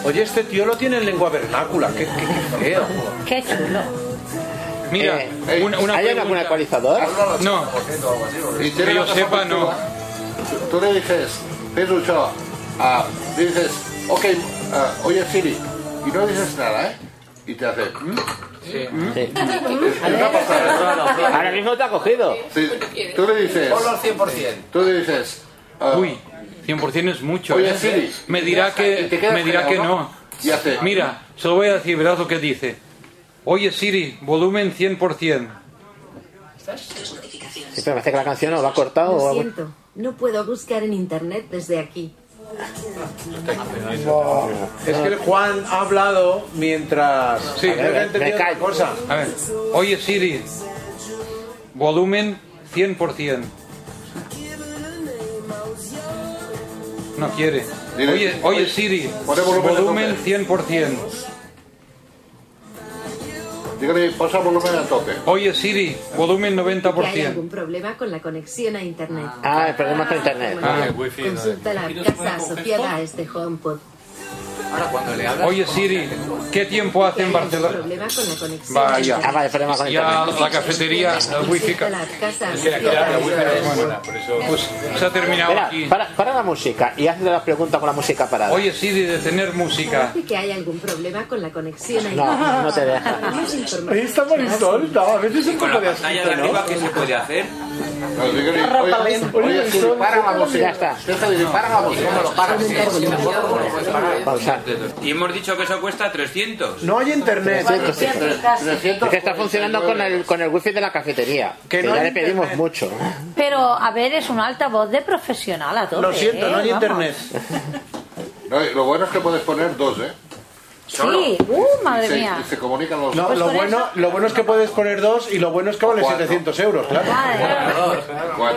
Oye, este tío lo tiene en lengua vernácula, qué, qué- qué feo. Qué chulo. Mira, Eh, una, una ¿hay algún pregunta. ecualizador? No. Y tiene Que yo otra sepa, no. Tú le dices, Pedrucho, ah, dices, ok, ah, oye Siri, y no dices nada, ¿eh? Y te hace, ¿Mm? ¿Mm? Sí. Y una pasada. Ahora mismo te ha cogido. Sí, Tú le dices, Ponlo al 100%. Tú le dices, Ah. Uy, 100% es mucho. Oye, ¿eh? Siri. Me dirá Y te que, quedas me dirá que callado, ¿no? no. Y hace- Mira, se lo voy a decir, verás lo que dice. Oye Siri, volumen 100%. Sí, pero me parece que la canción o Oh, va cortado o Lo algo. siento, no puedo buscar en internet desde aquí. Es que el Juan ha hablado mientras... Sí, A ver, que ha entendido otra cosa. A ver, oye Siri, volumen 100%. No quiere. Dile, Oye, oye Siri, pone volumen a volumen 100%. dígale, pasa volumen a tope. Oye Siri, volumen Que hay 90%. algún problema con la conexión a internet. Ah, eh. el problema con internet. Ah, el wifi, no. eh. Consulta la casa asociada a este HomePod. Ahora cuando le hablas... Oye Siri, ¿qué tiempo hace en Barcelona? Problema con la conexión. Vaya. Ah, vale, problema con Ya internet. la cafetería, el wifi. Consulta la casa Es que la asociada clave, a la wifi este es buena, por eso- Pues se ha terminado Espera, aquí. para, para la música y hazle las preguntas con la música parada. Oye Siri, detener música. Parece que hay algún problema con la conexión a internet. No, no te deja. Más información. Ahí está Marisol, no, a veces se Con la pantalla de arriba, ¿qué se puede hacer? Oye, Siri, para la música. Ya está. Déjale, dice, para la música. ¿Cómo lo paras? Pausar. Y hemos dicho que eso cuesta 300. No hay internet. 300. Que está funcionando con el, con el wifi de la cafetería. Que, no ya hay le pedimos mucho. Pero, a ver, es un altavoz de profesional a tope. Lo siento, ¿eh? no hay Vamos. internet. No, y lo bueno es que puedes poner dos, ¿eh? Sí, uh, madre Y se- mía. Pues y se comunican los No, dos. lo bueno, lo bueno es que puedes poner dos y lo bueno es que vale 700 euros, claro.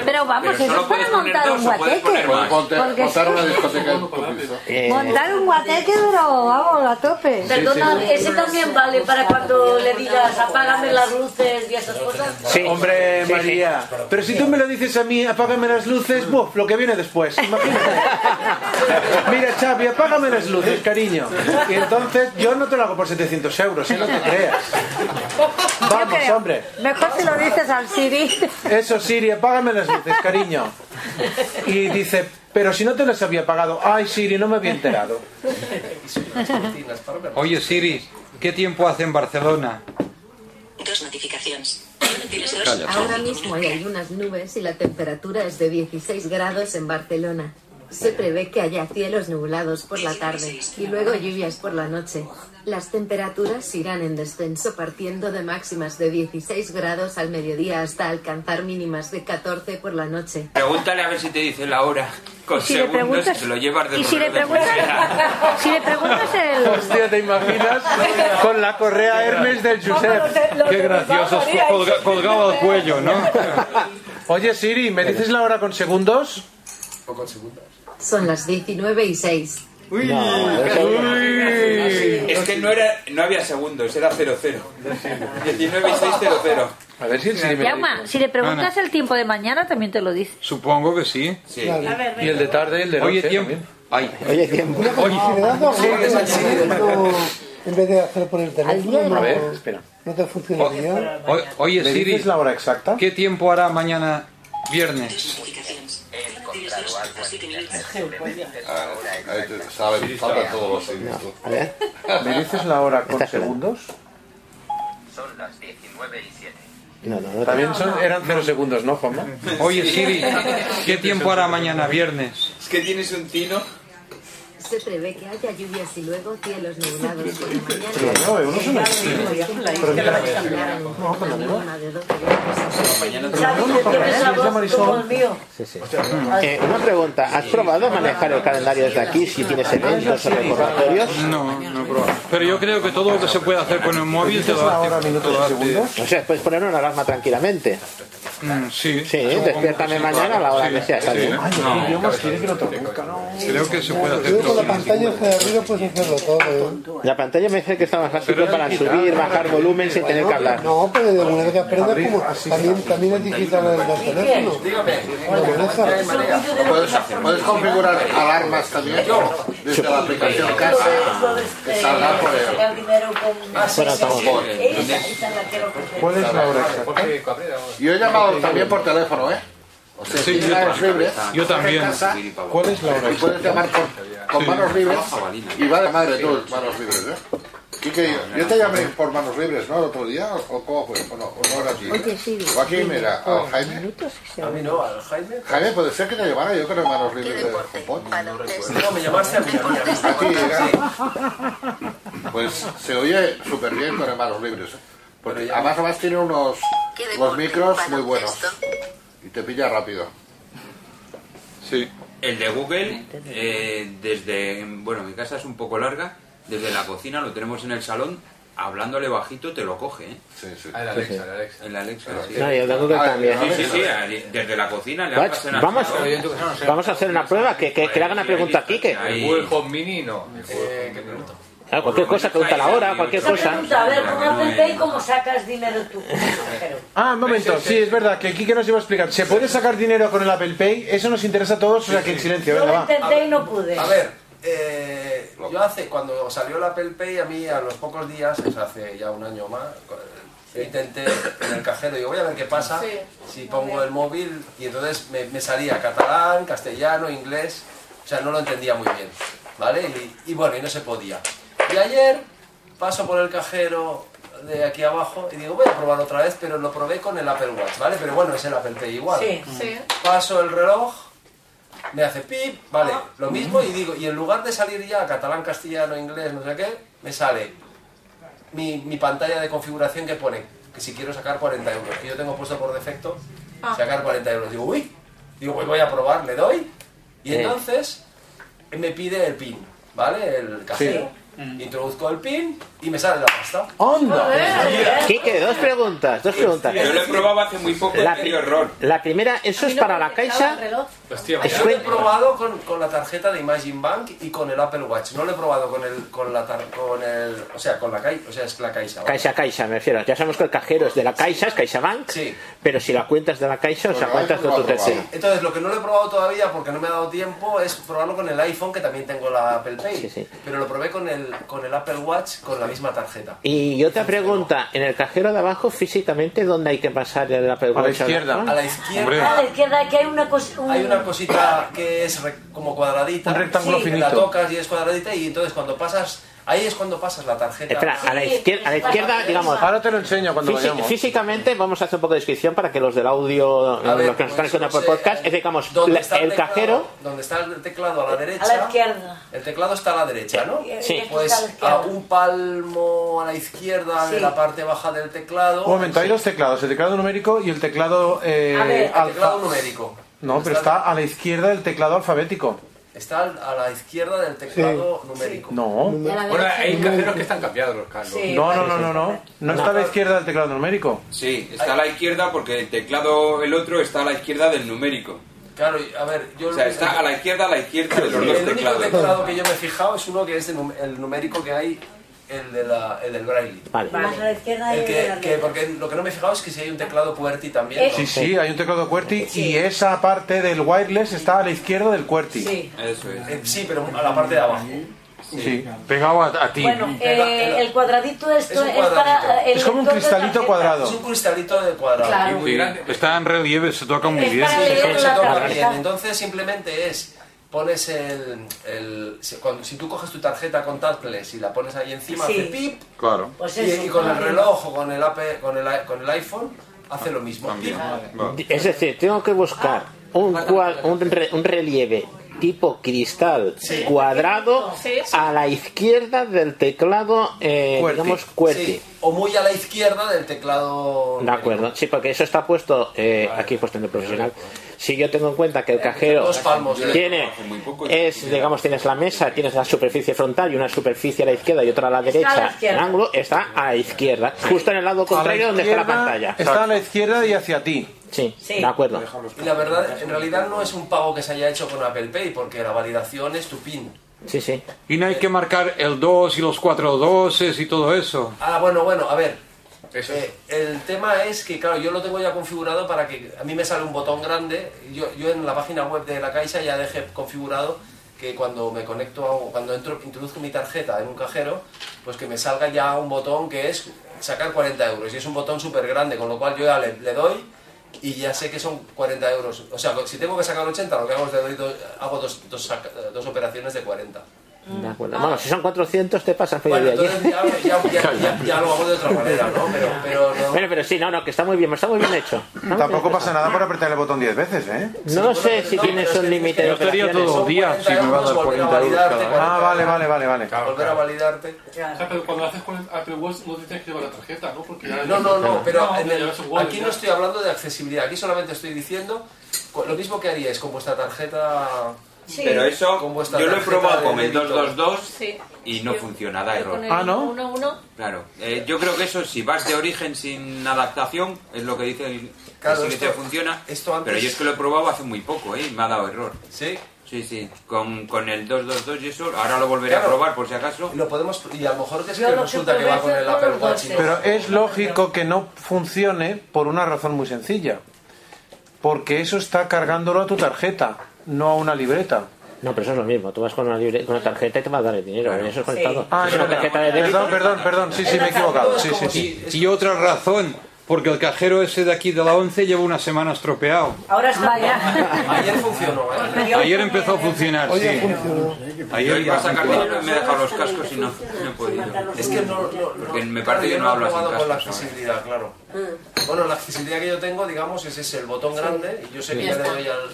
Pero vamos, Pero eso solo es para puedes poner montar dos, un o puedes guateque. poner más. Ponte- Porque pues, montar sí. una discoteca en eh, Eh, Montar un guateque, pero vamos, a tope. Perdona, ese también vale para cuando le digas apágame las luces y esas cosas. Ah, Hombre, Sí, Mm. sí. María. Pero si tú me lo dices a mí, apágame las luces, buf, lo que viene después. Imagínate. Mira, Chapi, apágame las luces, cariño. Y entonces yo no te lo hago por 700 euros, ¿eh? no te creas. Vamos, hombre. Mejor se lo dices al Siri. Eso, Siri, apágame las luces, cariño. Y dice, pero si no te las había pagado. Ay, Siri, no me había enterado. Oye Siri, ¿qué tiempo hace en Barcelona? Dos notificaciones. Ahora mismo hay algunas nubes y la temperatura es de 16 grados en Barcelona. Se prevé que haya cielos nublados por la tarde y luego lluvias por la noche. Las temperaturas irán en descenso partiendo de máximas de 16 grados al mediodía hasta alcanzar mínimas de 14 por la noche. Pregúntale a ver si te dice la hora. Con Y si le segundos preguntas- te lo llevas de y si le correo de preguntas- Si le preguntas el... Hostia, ¿te imaginas? Con la correa Hermes del Josep. eh, Qué gracioso, colga- colgado al cuello, ¿no? Oye, Siri, ¿me dices la hora con segundos? Son las 19 y 6. Uy, No, eso- Uy. es que no era, no había segundos, era 0-0. 19 y 6 0-0. A ver si el cine- Jaume, si le preguntas el tiempo de mañana, también te lo dice. Supongo que sí. sí. Claro. A ver, Y el de tarde, el de noche. Oye, tiempo. Ay. Oye, tiempo. Si le das la vuelta, en vez de hacer por el teléfono, A no, ver, espera. no te funcionaría. O- oye, ¿Me Siri. dices la hora exacta? ¿Qué tiempo hará mañana viernes? Sabes, falta todos los segundos. A ver. ¿Me dices la hora con segundos? Son las 19 y 7. No, no, no. También son, eran cero segundos, ¿no, Juanma? Oye, Siri, ¿qué tiempo hará mañana viernes? Es que tienes un tino. Se prevé que haya lluvias y luego cielos nublados por la mañana. Pero no, eh, uno es una- Pero mira, No, con la mínima de 12 grados. Sí, sí. Eh, una pregunta, ¿has probado manejar el calendario desde aquí si tienes eventos o recordatorios? No, no he probado. Pero yo creo que todo lo que se puede hacer con el móvil te lo hace. te lo hace. O sea, puedes poner una alarma tranquilamente. Mm, sí. Sí, despiértame mañana a la hora que sea, Sí, ¿sabes? sí. Ay, No, el idioma cabeza, cabeza. Creo que se puede hacer Yo con todo. la pantalla hacia arriba puedes hacerlo todo. ¿eh? La pantalla me dice que está más fácil para subir, bajar volumen sin tener que hablar. No, pero de manera que aprendas como también, también es digital el del teléfono. Lo pues, manejas. Puedes, puedes configurar alarmas también desde la aplicación casa que salga por el. Bueno, estamos bien. ¿Cuál es la hora Yo he llamado también por teléfono, ¿eh? O sea, Sí, si yo manos también. libres, Yo también. estás en casa, ¿Cuál es la hora? Y puedes llamar por- con manos libres y va de madre tú, manos libres, ¿eh? Quique, yo, yo te llamé por manos libres, ¿no? El otro día, ¿o o cómo fue? ¿O no, o no era aquí? Oye, Siri, ¿O aquí, dime, mira, por al Jaime? A mí no, al Jaime. Jaime, puede ser que te llamara yo con las manos libres de Japón. No, me llamaste a mí, a mí, a mí. A ti, era- Pues se oye súper bien con las manos libres. ¿eh? Porque además, además tiene unos los micros muy buenos. Y te pilla rápido. Sí. El de Google, eh, desde. Bueno, mi casa es un poco larga. Desde la cocina lo tenemos en el salón. Hablándole bajito te lo coge, ¿eh? Sí, sí. el Alexa, Sí, sí. el Alexa. El Alexa, sí. No, y el de Google Ah, también. Sí, sí, sí, ahí- Desde la cocina le Vach, hablas en vamos, altavoz. vamos a hacer una prueba, que, que, que le hagan una pregunta a Kike. Ahí. Google Home Mini no. Eh, ¿Qué pregunta? Claro, cualquier cosa, pregunta la hora, cualquier Una cosa. pregunta, a ver, ¿cómo haces y cómo sacas dinero tú? Pero, Ah, un momento, sí, es verdad, que Kike nos iba a explicar. ¿Se puede sacar dinero con el Apple Pay? Eso nos interesa a todos, o sea que en silencio, Yo venga, lo va. intenté y no pude. A ver, eh, yo hace, cuando salió la Apple Pay, a mí a los pocos días, o sea, hace ya un año más, yo intenté en el cajero, digo, voy a ver qué pasa si pongo el móvil, y entonces me, me salía catalán, castellano, inglés, o sea, no lo entendía muy bien, ¿vale? Y, y bueno, y no se podía. Y ayer paso por el cajero de aquí abajo y digo, voy a probar otra vez, pero lo probé con el Apple Watch, ¿vale? Pero bueno, es el Apple Pay igual. Mm. Sí. Sí. Paso el reloj, me hace pip, vale, lo mismo y digo, y en lugar de salir ya catalán, castellano, inglés, no sé qué, me sale mi, mi pantalla de configuración que pone que si quiero sacar 40 euros, que yo tengo puesto por defecto, Ah. sacar 40 euros. Digo, uy, digo, pues voy a probar, le doy, y Sí. entonces me pide el PIN, ¿vale? El cajero. Introduzco el PIN y me sale la pasta. ¡Onda! Joder. Quique, dos preguntas, dos preguntas. Yo lo he probado hace muy poco La, y me pri- dio error. la primera, eso es para la caixa. Hostia, Es yo lo he cuen- probado con, con la tarjeta de Imagine Bank y con el Apple Watch. No lo he probado con el, con la tar- con el, o sea, con la caixa, o sea, es la caixa. ¿vale? Caixa, caixa, me refiero. Ya sabemos que el cajero es de la caixa, es CaixaBank. Pero si la cuentas de la caixa, o sea, cuentas de tu tercero. Entonces, lo que no lo he probado todavía porque no me ha dado tiempo es probarlo con el iPhone, que también tengo la Apple Pay. Pero lo probé con el, con el Apple Watch con la misma tarjeta. Y otra pregunta, en el cajero de abajo, físicamente, ¿dónde hay que pasar el Apple Watch? A la izquierda. A la izquierda que hay una cosa... un- Hay una cosita que es re- como cuadradita. Un rectángulo que finito. La tocas y es cuadradita y entonces cuando pasas, ahí es cuando pasas la tarjeta. Espera, a la izquierda, a la izquierda digamos. te lo enseño cuando Físi- vayamos. Físicamente, vamos a hacer un poco de descripción para que los del audio, eh, ver, los que nos están escuchando por no sé, podcast, es digamos, ¿Dónde la- está el teclado- cajero. Donde está el teclado a la derecha. A la izquierda. El teclado está a la derecha, ¿no? Sí. Y esto Pues está a la a izquierda. un palmo a la izquierda de Sí. la parte baja del teclado. Un momento, hay dos teclados, el teclado numérico y el teclado eh, A ver, el alfa- teclado numérico. No, pero está a la izquierda del teclado alfabético. Está al- a la izquierda del teclado numérico. No. Bueno, hay cajeros que están cambiados los cajeros. Sí, No, no, vale, no, sí. no, no. No está a la izquierda del teclado numérico. Sí, está a la izquierda porque el teclado, el otro, está a la izquierda del numérico. Claro, y- a ver, yo... O sea, está a la izquierda, a la izquierda de los Sí, dos el único teclado teclados. que yo me he fijado es uno que es el, num- el numérico que hay, el, de la, el del braille. Más a la izquierda y El de que, la que- porque lo que no me he fijado es que si hay un teclado QWERTY también. ¿no? Sí, sí, hay un teclado QWERTY y esa parte del wireless está a la izquierda del QWERTY. Eso es. Eh, sí, pero a la parte de abajo. Sí, pegado a, ti. Bueno, eh, el cuadradito Es esto un es, para... eh, cuadradito. el lector de tarjeta. Es un cristalito de cuadrado. Claro. Muy Sí, grande. está en relieve, se toca muy Es bien. para leer Se la toca tarjeta. bien. Entonces simplemente es pones el, el- si, cuando- si tú coges tu tarjeta contactless y la pones ahí encima Sí. hace pip Claro. Pues y, eso, y con el claro. reloj o con el Apple- con el i- con el iPhone hace lo mismo. Pip. Es decir, tengo que buscar un, cua- un, re- un relieve tipo cristal cuadrado Sí. a la izquierda del teclado, eh, digamos, QWERTY. Sí, O muy a la izquierda del teclado. De acuerdo, sí, porque eso está puesto eh, aquí puesto en el profesional. Si yo tengo en cuenta que el cajero dos palmos, ¿eh? tiene, Hace muy poco, es, digamos, tienes la mesa, tienes la superficie frontal y una superficie a la izquierda y otra a la derecha, el izquierda. ángulo está a la izquierda, justo en el lado contrario donde está la izquierda, pantalla. Está a la izquierda y hacia ti. Sí, de acuerdo. Y la verdad, en realidad no es un pago que se haya hecho con Apple Pay, porque la validación es tu PIN. Sí, sí. Y no hay que marcar el 2 y los 4 doses y todo eso. Ah, bueno, bueno, a ver. Eh, el tema es que, claro, yo lo tengo ya configurado para que a mí me sale un botón grande. Yo, yo en la página web de la Caixa ya dejé configurado que cuando me conecto, a- cuando entro, introduzco mi tarjeta en un cajero, pues que me salga ya un botón que es sacar 40 euros. Y es un botón súper grande, con lo cual yo ya le, le doy y ya sé que son 40 euros. O sea, si tengo que sacar 80, lo que hago es le doy do- hago dos, dos saca- dos operaciones de 40. De acuerdo. Bueno, si son 400 te pasas medio Bueno, día allí. entonces ya, ya- ya- ya- ya lo hago de otra manera, ¿no? Pero, pero no. Bueno, pero sí, no, no, que está muy bien, está muy bien hecho. Está muy Ah, Tampoco bien pasa nada por apretar el botón 10 veces, ¿eh? No sé si tienes un límite de operaciones. Ah, vale, vale, vale, vale. Volver a validarte. pero cuando haces con el Apple Watch no tienes que llevar la tarjeta, ¿no? Porque ya No, no, no, pero No, en ya el- llevas un wallet, aquí ya. no estoy hablando de accesibilidad, aquí solamente estoy diciendo co- lo mismo que haríais con vuestra tarjeta. Pero eso, con vuestra yo lo he tarjeta probado de con el débito. 222 Sí. y no funciona, da error. Con el Uno, uno. Claro, eh, yo creo que eso, si vas de origen sin adaptación, es lo que dice el Claro, que sí que te esto- funciona. esto antes- Pero yo es que lo he probado hace muy poco, ¿eh? y Me ha dado error. ¿Sí? Sí, sí. Con, con el 222 y eso, ahora lo volveré a Claro. probar por si acaso. Lo podemos, y a lo mejor que es Yo que lo que resulta que probé va con fue el con Apple los Watch. y no. Pero es lógico que no funcione por una razón muy sencilla. Porque eso está cargándolo a tu tarjeta, no a una libreta. No, pero eso es lo mismo. Tú vas con una, libre- con una tarjeta y te va a dar el dinero. Eso es conectado. Ah, es una perdón, tarjeta de débito. perdón, perdón, perdón, sí, sí, me he equivocado. Sí, sí, sí. Y otra razón, porque el cajero ese de aquí de la 11 lleva una semana estropeado. Ahora está Ayer funcionó, ¿eh? Ayer empezó a funcionar, sí. Yo Ayer iba ya a sacar dinero y me he funcionó. dejado los cascos y no, no he podido. Es que no, no, no- Porque me claro, parece que yo no he hablas probado sin con la cascos, ¿no? accesibilidad, claro. Mm. Bueno, la accesibilidad que yo tengo, digamos, es ese, el botón grande, y yo sé Sí. que Ya ya le está. doy al,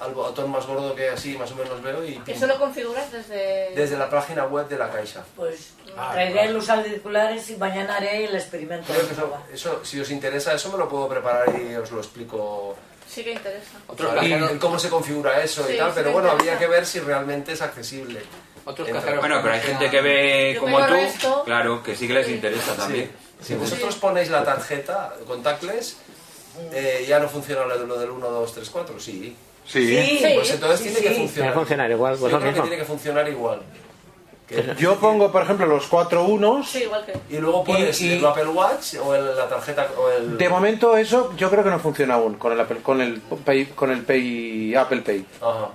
al botón más gordo que así, más o menos veo, y pum. Eso lo configuras desde... desde la página web de la Caixa. Pues Ah, traeré los auriculares y mañana haré el experimento. Creo que eso, eso, si os interesa, eso me lo puedo preparar y os lo explico. Sí que interesa. Otro en cómo se configura eso Sí, y tal, sí pero me bueno, interesa. habría que ver si realmente es accesible. Entra- Bueno, pero hay gente que ve Yo como me tú, lo resto. claro, que sí que les interesa también. Si vosotros ponéis la tarjeta contactless, eh, ya no funciona lo de- lo del 1, 2, 3, 4, sí. Sí. Sí. Pues entonces Sí, tiene sí. que Va a funcionar. funcionar igual. Yo Pues lo creo que mismo. tiene que funcionar igual. Yo pongo, por ejemplo, los cuatro unos. Y luego pones Y- y- el Apple Watch o el- la tarjeta o el... De momento eso yo creo que no funciona aún con el Apple, con el Pay- con el Pay, Apple Pay. Ajá.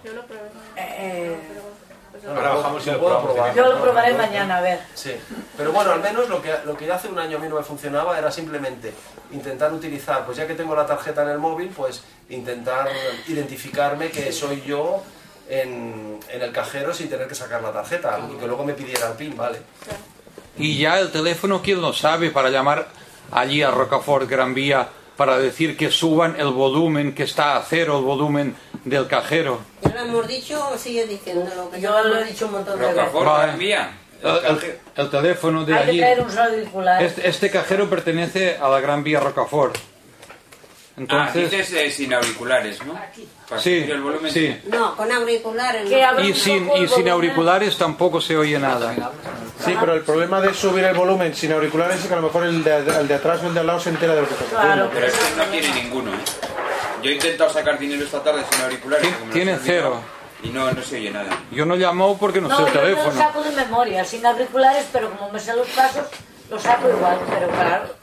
pues Ahora bajamos y lo puedo probamos. probar. Eh, Yo lo probaré mañana, a ver. Sí, pero bueno, al menos lo que, lo que hace un año a mí no me funcionaba era simplemente intentar utilizar, pues ya que tengo la tarjeta en el móvil, pues intentar identificarme que soy yo en, en el cajero sin tener que sacar la tarjeta y que luego me pidiera el PIN, ¿vale? Y ya el teléfono, ¿quién lo sabe? Para llamar allí a Rocafort Gran Vía para decir que suban el volumen, que está a cero el volumen del cajero. ¿Ya lo hemos dicho o sigues diciendo lo que Yo lo he dicho un montón de veces. Va, Gran Vía. El, el- el teléfono de Hay que allí. traer unos auriculares. Este, este cajero pertenece a la Gran Vía Rocafort. Ah, Entonces, dices eh, sin auriculares, ¿no? Para Sí, subir el volumen. sí. No, con auriculares. Que no. y sin, y sin auriculares tampoco se oye nada. Sí, pero el problema de subir el volumen sin auriculares es que a lo mejor el de, el de atrás o el de al lado se entera de lo que está Claro. sucediendo. Pero es que no tiene ninguno, ¿eh? Yo he intentado sacar dinero esta tarde sin auriculares. porque me los tiene he olvidado cero. Y no, no se oye nada. Yo no llamo porque no, sé el yo me lo teléfono. saco de memoria, sin auriculares, pero como me sé los pasos, lo saco igual, pero claro.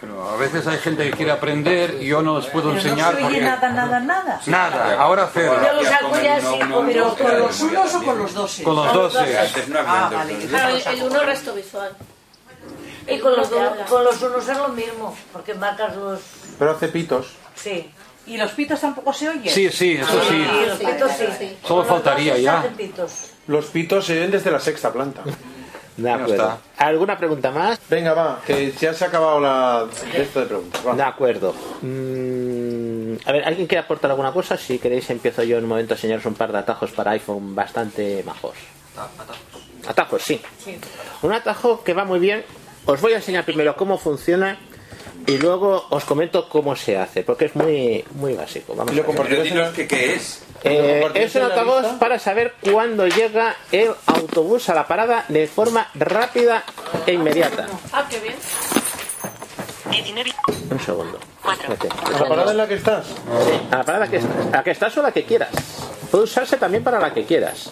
Pero a veces hay gente que quiere aprender y yo no les puedo Pero no enseñar se oye porque... nada, nada, nada. Nada, ahora cero. Yo lo saco ya así, pero con los unos o con los doce. Con los doce. Ah, vale. Claro, el, el uno resto visual. Y con los, do- con los unos es lo mismo, porque marcas los... Pero hace pitos. Sí. ¿Y los pitos tampoco se oyen? Ah, Sí, sí, eso sí. los pitos sí. Solo faltaría Los ya. hacen pitos. Los pitos se ven desde la sexta planta. De acuerdo. ¿Alguna pregunta más? Venga, va, que ya se ha acabado la de esto de preguntas. De acuerdo. Mm, a ver, ¿alguien quiere aportar alguna cosa? Si queréis, empiezo yo en un momento a enseñaros un par de atajos para iPhone bastante majos. Ah, Atajos, sí. Un atajo que va muy bien. Os voy a enseñar primero cómo funciona y luego os comento cómo se hace, porque es muy, muy básico. Vamos a ver. Pero dinos que qué es. Eh, es un altavoz para saber cuándo llega el autobús a la parada de forma rápida e inmediata. Ah, qué bien. Un segundo. Espérate. ¿A la parada en la que estás? Sí, a la parada que estás. A la que estás o la que quieras. Puede usarse también para la que quieras.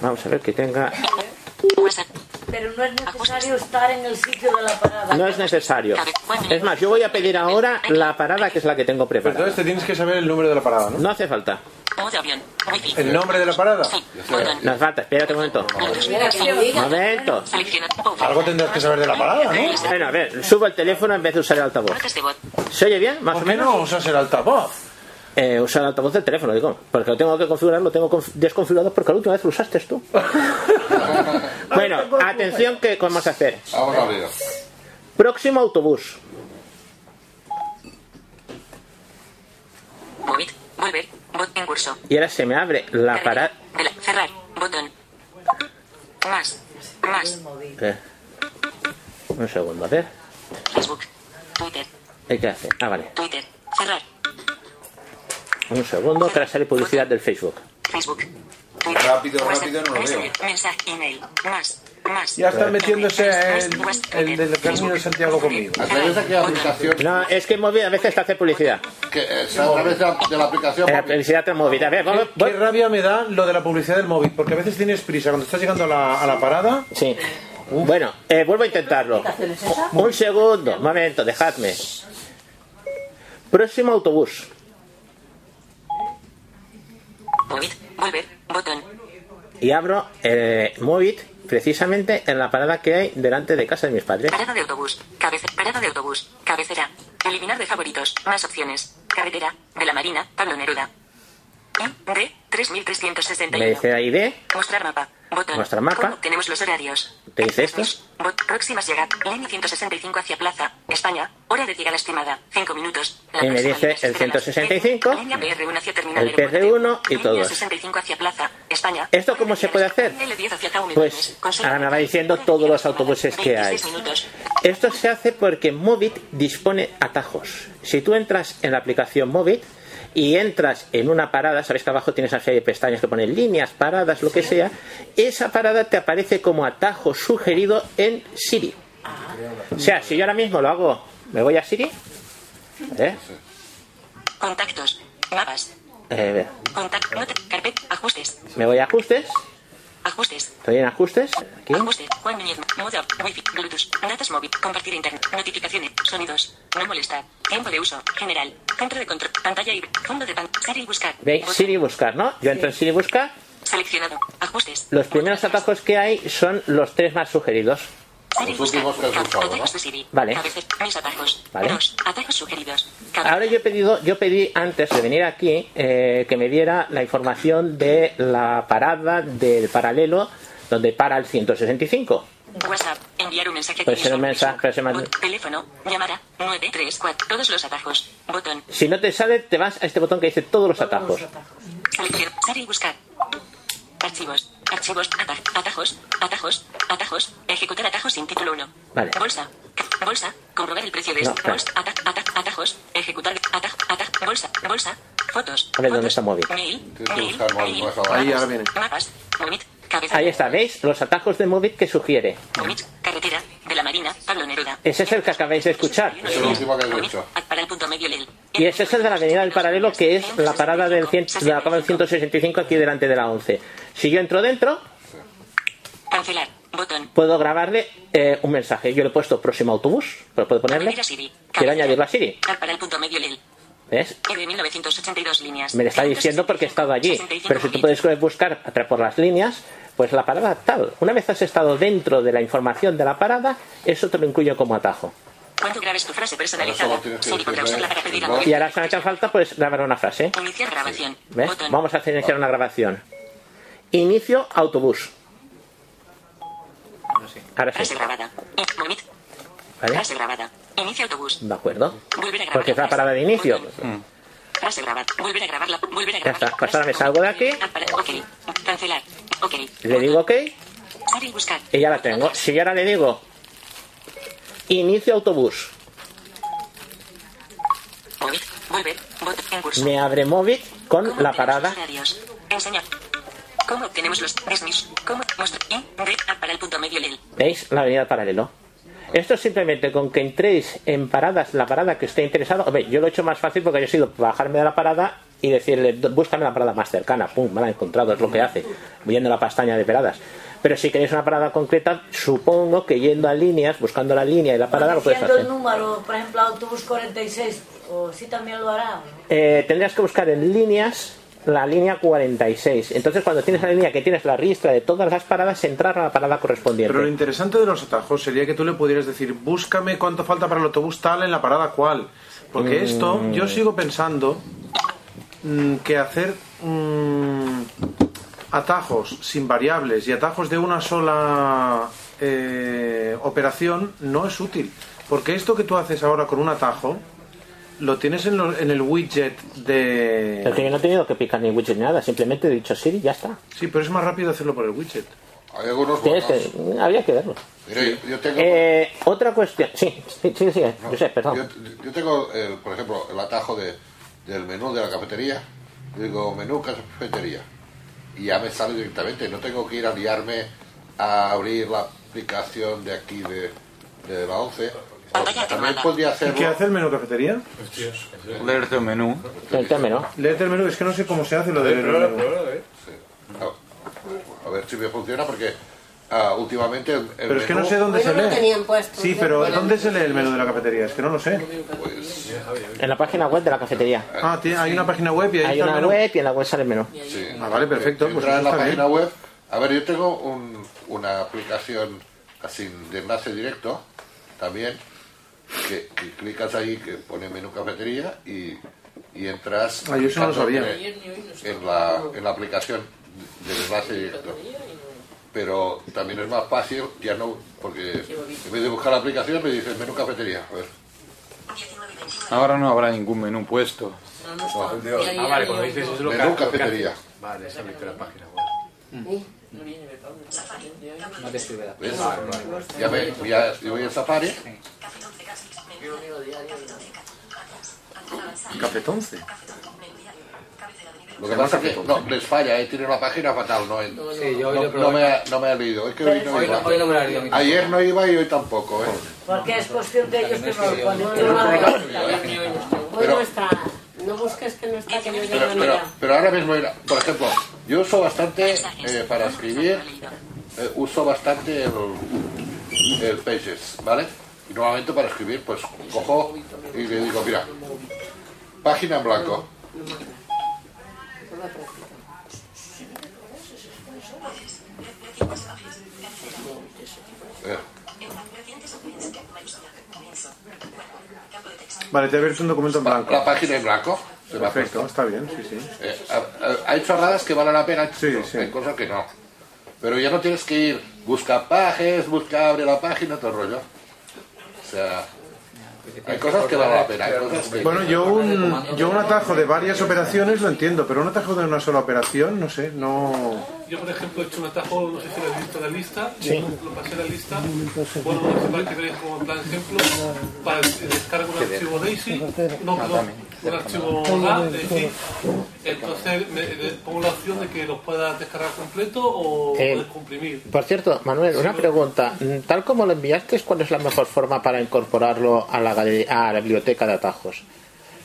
Vamos a ver que tenga. Pero no es necesario estar en el sitio de la parada. No es necesario. Es más, yo voy a pedir ahora la parada que es la que tengo preparada. Entonces te tienes que saber el número de la parada, ¿no? No hace falta. ¿El nombre de la parada? No hace falta, espérate un momento. Momento. Algo tendrás que saber de la parada, ¿no? Bueno, a ver, subo el teléfono en vez de usar el altavoz. ¿Se oye bien? ¿Más o menos? no usas el altavoz? Eh, usar el altavoz del teléfono, digo. Porque lo tengo que configurar, lo tengo conf- desconfigurado porque la última vez lo usaste tú. bueno, atención que vamos a hacer. Vamos a ver. Próximo autobús. Movit, volver, bot en curso. Y ahora se me abre la parada. Vela, cerrar, botón. Más, más. ¿Qué? Un segundo, a ver. Facebook, Twitter, ¿eh, ¿Qué hace? Ah, vale. Twitter, cerrar. Un segundo, tras salir publicidad del Facebook. Facebook, Rápido, Pues rápido, no lo veo. SMS, mensaje, email, más, más. Ya está metiéndose en el del Camino de Santiago conmigo. A través de qué aplicación. No, es que el móvil a veces te hace publicidad. Que es a través de la, de la aplicación. La publicidad te móvil. A ver, vamos. Qué rabia me da lo de la publicidad del móvil, porque a veces tienes prisa cuando estás llegando a la, a la parada. Sí. Bueno, eh, vuelvo a intentarlo. Un segundo, momento, dejadme. Próximo autobús. Movit, volver, botón. Y abro eh, Movit precisamente en la parada que hay delante de casa de mis padres. Parada de autobús, cabecera, parada de autobús, cabecera. Eliminar de favoritos, más opciones. Carretera, de la Marina, Pablo Neruda. Y, D, Me 3361. dice ID, Mostrar mapa, botón. Muestra mapa. ¿Cómo Tenemos los horarios. te dice esto. Bot, próximas llegadas, línea 165 hacia Plaza, España, hora de llegada estimada, 5 minutos. La Y me próxima dice el 165, Línea PR1 hacia terminal el PR1 y todo. Línea 65 hacia Plaza, España. ¿Esto cómo se puede hacer? L10 hacia Jaume Pues ahora me va diciendo todos los autobuses que hay. 26 minutos. Esto se hace porque Movit dispone atajos. Si tú entras en la aplicación Movit y entras en una parada, sabéis que abajo tienes una serie de pestañas que ponen líneas, paradas, lo que sea, esa parada te aparece como atajo sugerido en Siri. O sea, si yo ahora mismo lo hago, me voy a Siri. ¿eh? Contactos, mapas, Eh, ver, contacto, carpet, ajustes, me voy a ajustes, ajustes, estoy en ajustes, aquí. ajustes, Juan Muñiz, modo, wifi, bluetooth, datos móvil, compartir internet, notificaciones, sonidos, no molestar, tiempo de uso, general, centro de control, pantalla y fondo de pantalla, Siri buscar, Veis Siri buscar, ¿no? Yo entro en Siri buscar. seleccionado, ajustes, Los primeros atajos que hay son los tres más sugeridos. Siri buscar, Cap- atajos de Siri, Vale. cabecera, mis atajos, Vale. dos, atajos sugeridos, Ahora yo he pedido, yo pedí antes de venir aquí eh, que me diera la información de la parada del paralelo donde para el 165. WhatsApp, enviar un mensaje, Pues el mensaje, pues el man- bot, teléfono, llamada, 934, todos los atajos, botón, si no te sale, te vas a este botón que dice todos los atajos. Selección, Siri buscar. Archivos, archivos, ata- atajos, atajos, atajos, ejecutar atajos sin título 1. Vale. Bolsa, ca- bolsa, comprobar el precio de No, esta claro. bolsa, ata- ata- atajos, ejecutar ataj, ataj, bolsa, bolsa, fotos, A ver dónde está móvil. mail, Tienes que mail, buscar móvil, mail, por favor. Ahí, ahora viene. mapas, movit, cabeza, Ahí está, ¿veis? Los atajos de Movit que sugiere. movit, carretera, de la Marina, Pablo Neruda. Ese es el que acabáis de escuchar. Movit, a- para el punto medio, lel. Y Y ese es el de la Avenida del Paralelo, que es la parada del cien- de la parada del 165 aquí delante de la 11. Si yo entro dentro, Cancelar. Botón. puedo grabarle eh, un mensaje. Yo le he puesto próximo autobús, pero puedo ponerle. Añadir a Siri. Quiero añadirlo a Siri. Tab para el punto medio lel. ¿Ves? de 1982 líneas. Me lo está diciendo porque he estado allí. Pero si tú puedes buscar a través por las líneas, pues la parada tal. Una vez has estado dentro de la información de la parada, eso te lo incluyo como atajo. Cuando grabes tu frase personalizada, Siri podrá usarla para pedir algo. Y ahora si me hace falta, pues grabar una frase. Iniciar grabación. ¿Ves? Botón. Vamos a hacer iniciar una grabación. Inicio autobús. Ahora sí. Frase grabada. In- momento. ¿Vale? Frase grabada. Inicia autobús. De acuerdo. Volver a grabar. Porque es la parada de inicio. Mm. Frase grabada. Volver a grabarla. Volver a Ya grabar. está. Pues ahora me salgo de aquí, Para- Ok. Cancelar. Ok. le digo ok Siri buscar. y ya la tengo. Si yo ahora le digo inicio autobús, Móvil. Volver. Bot- En curso. me abre móvil con la parada. Horarios. Enseñar. ¿Cómo obtenemos los desmis? ¿Cómo mostrar? In. Red. Ah, Para el punto medio lel. ¿Veis? La avenida paralelo. Esto es simplemente con que entréis en paradas, la parada que esté interesado. Hombre, yo lo he hecho más fácil porque yo he sido bajarme de la parada y decirle, "Do- búscame la parada más cercana. Pum, me la he encontrado, es lo que hace, viendo la pestaña de paradas. Pero si queréis una parada concreta, supongo que yendo a líneas, buscando la línea y la parada, lo puedes Diciendo hacer. el número, por ejemplo, autobús 46, o sí también lo hará. Eh, tendrías que buscar en líneas la línea 46. Entonces, cuando tienes la línea que tienes la ristra de todas las paradas, entrar a la parada correspondiente. Pero lo interesante de los atajos sería que tú le pudieras decir, búscame cuánto falta para el autobús tal en la parada cual. Porque Mm. esto, yo sigo pensando mm, que hacer mm, atajos sin variables y atajos de una sola eh, operación no es útil. Porque esto que tú haces ahora con un atajo, lo tienes en, lo- en el widget de... El que yo no he tenido que picar ni widget ni nada, simplemente he dicho Siri y ya está. Sí, pero es más rápido hacerlo por el widget. Hay algunos Tienes que- había que verlo. Mira, yo, yo tengo, Eh, otra cuestión. Sí, sí, sí, sí, Josep, perdón. yo tengo el- por ejemplo, el atajo de, del menú de la cafetería. Yo digo, menú cafetería. Y ya me sale directamente. No tengo que ir a liarme a abrir la aplicación de aquí de, de la 11. También podría ¿Y qué hacerlo. hace el menú cafetería? Leerte el menú. Leerte el menú. Leerte el menú, es que no sé cómo se hace lo A ver, del pruébalo, menú. pruébalo, Ah, A ver si me funciona porque ah, últimamente el, el Pero es que menú- no sé dónde se lee. puesto, sí, ya pero ponían. ¿dónde se lee el menú de la cafetería? Es que no lo sé. Pues, En la página web de la cafetería. Ah, tiene- hay una página web y ahí Hay está el una menú. web y en la web sale el menú. Sí. Ah, vale, perfecto, pues Eh, Entrar en eso la está página bien. web. A ver, yo tengo un- una aplicación así de enlace directo también, que, que clicas ahí, que pone menú cafetería y, y entras. Ah, yo eso no lo sabía. En la, en la aplicación del enlace directo. Pero también es más fácil, ya no, porque en vez de buscar la aplicación me dices menú cafetería. A ver. Ahora no habrá ningún menú puesto. Ah, vale, cuando dices eso lo Menú que- lo que cafetería. haces. Vale, esa me la página. No te sirve la ¿Ves? Pues, Ya ve, ya, yo voy a Safari. Café 11. Lo que pasa es que no, les falla, eh, tiene una página fatal, no, en- Sí, yo hoy no, lo probé. no me ha, no me ha leído. Es que hoy no Hoy iba. no- hoy no me la he leído a mí tampoco. Ayer no iba y hoy tampoco, eh. Porque es cuestión de ellos que no lo ponen. Hoy no está. No busques que no está, que no Pero, llega pero, nada. pero ahora mismo, era- por ejemplo, yo uso bastante eh, para escribir, eh, uso bastante el, el Pages, ¿vale? Y normalmente para escribir, pues cojo y le digo, mira, página en blanco. Eh, Vale, te abierto un documento en blanco. La página en blanco. Se me ha Perfecto, está bien, sí, sí. Eh, ha- ha- hay chorradas que valen la pena, hay cosas que no. Pero ya no tienes que ir, busca pajes, busca abre la página, todo el rollo. O sea, hay cosas que valen la pena, hay cosas que... Bueno, yo un, yo un atajo de varias operaciones lo entiendo, pero un atajo de una sola operación, no sé, no... Yo, por ejemplo, he hecho un atajo, no sé si lo has visto en la lista, Sí. lo pasé en la lista, bueno, no sé para que veáis como en plan ejemplo, para el descargo un archivo DAISY, Ah, no, perdón, un archivo A, DAISY, entonces me, le pongo la opción de que los puedas descargar completo o Eh, puedes comprimir. Por cierto, Manuel, una pregunta. Mm, Tal como lo enviaste, ¿cuál es la mejor forma para incorporarlo a la, galería- a la biblioteca de atajos?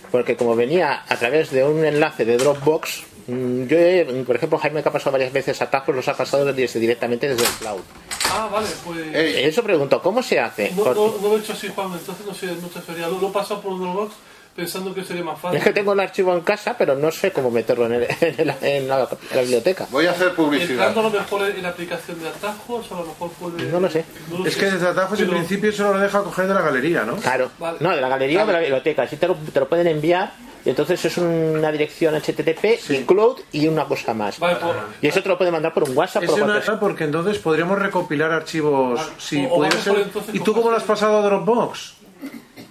porque como venía a través de un enlace de Dropbox, mm, yo, eh, por ejemplo, Jaime que ha pasado varias veces atajos, los ha pasado desde- directamente desde el cloud. Ah, vale, pues. Eso pregunto, ¿cómo se hace? No, Porque- no- no lo he hecho así, Juan, entonces no sé, no te sería. Lo, lo he pasado por Dropbox pensando que sería más fácil. Es que tengo el archivo en casa, pero no sé cómo meterlo en, el- en la, en la- en la biblioteca. Voy a hacer Entrando a lo mejor en la aplicación de atajos, a lo mejor puede. No lo sé. Es que desde atajos en principio solo lo deja coger de la galería, ¿no? Claro. No, de la galería o de la biblioteca. Así te lo, te lo pueden enviar. Y entonces es una dirección HTTP y cloud y una cosa más. pues, Y eso te lo puede mandar por un WhatsApp. Es Por una cualquier- cosa porque entonces podríamos recopilar archivos si o pudiera vamos por ser. entonces ¿Y tú cómo lo has pasado a Dropbox?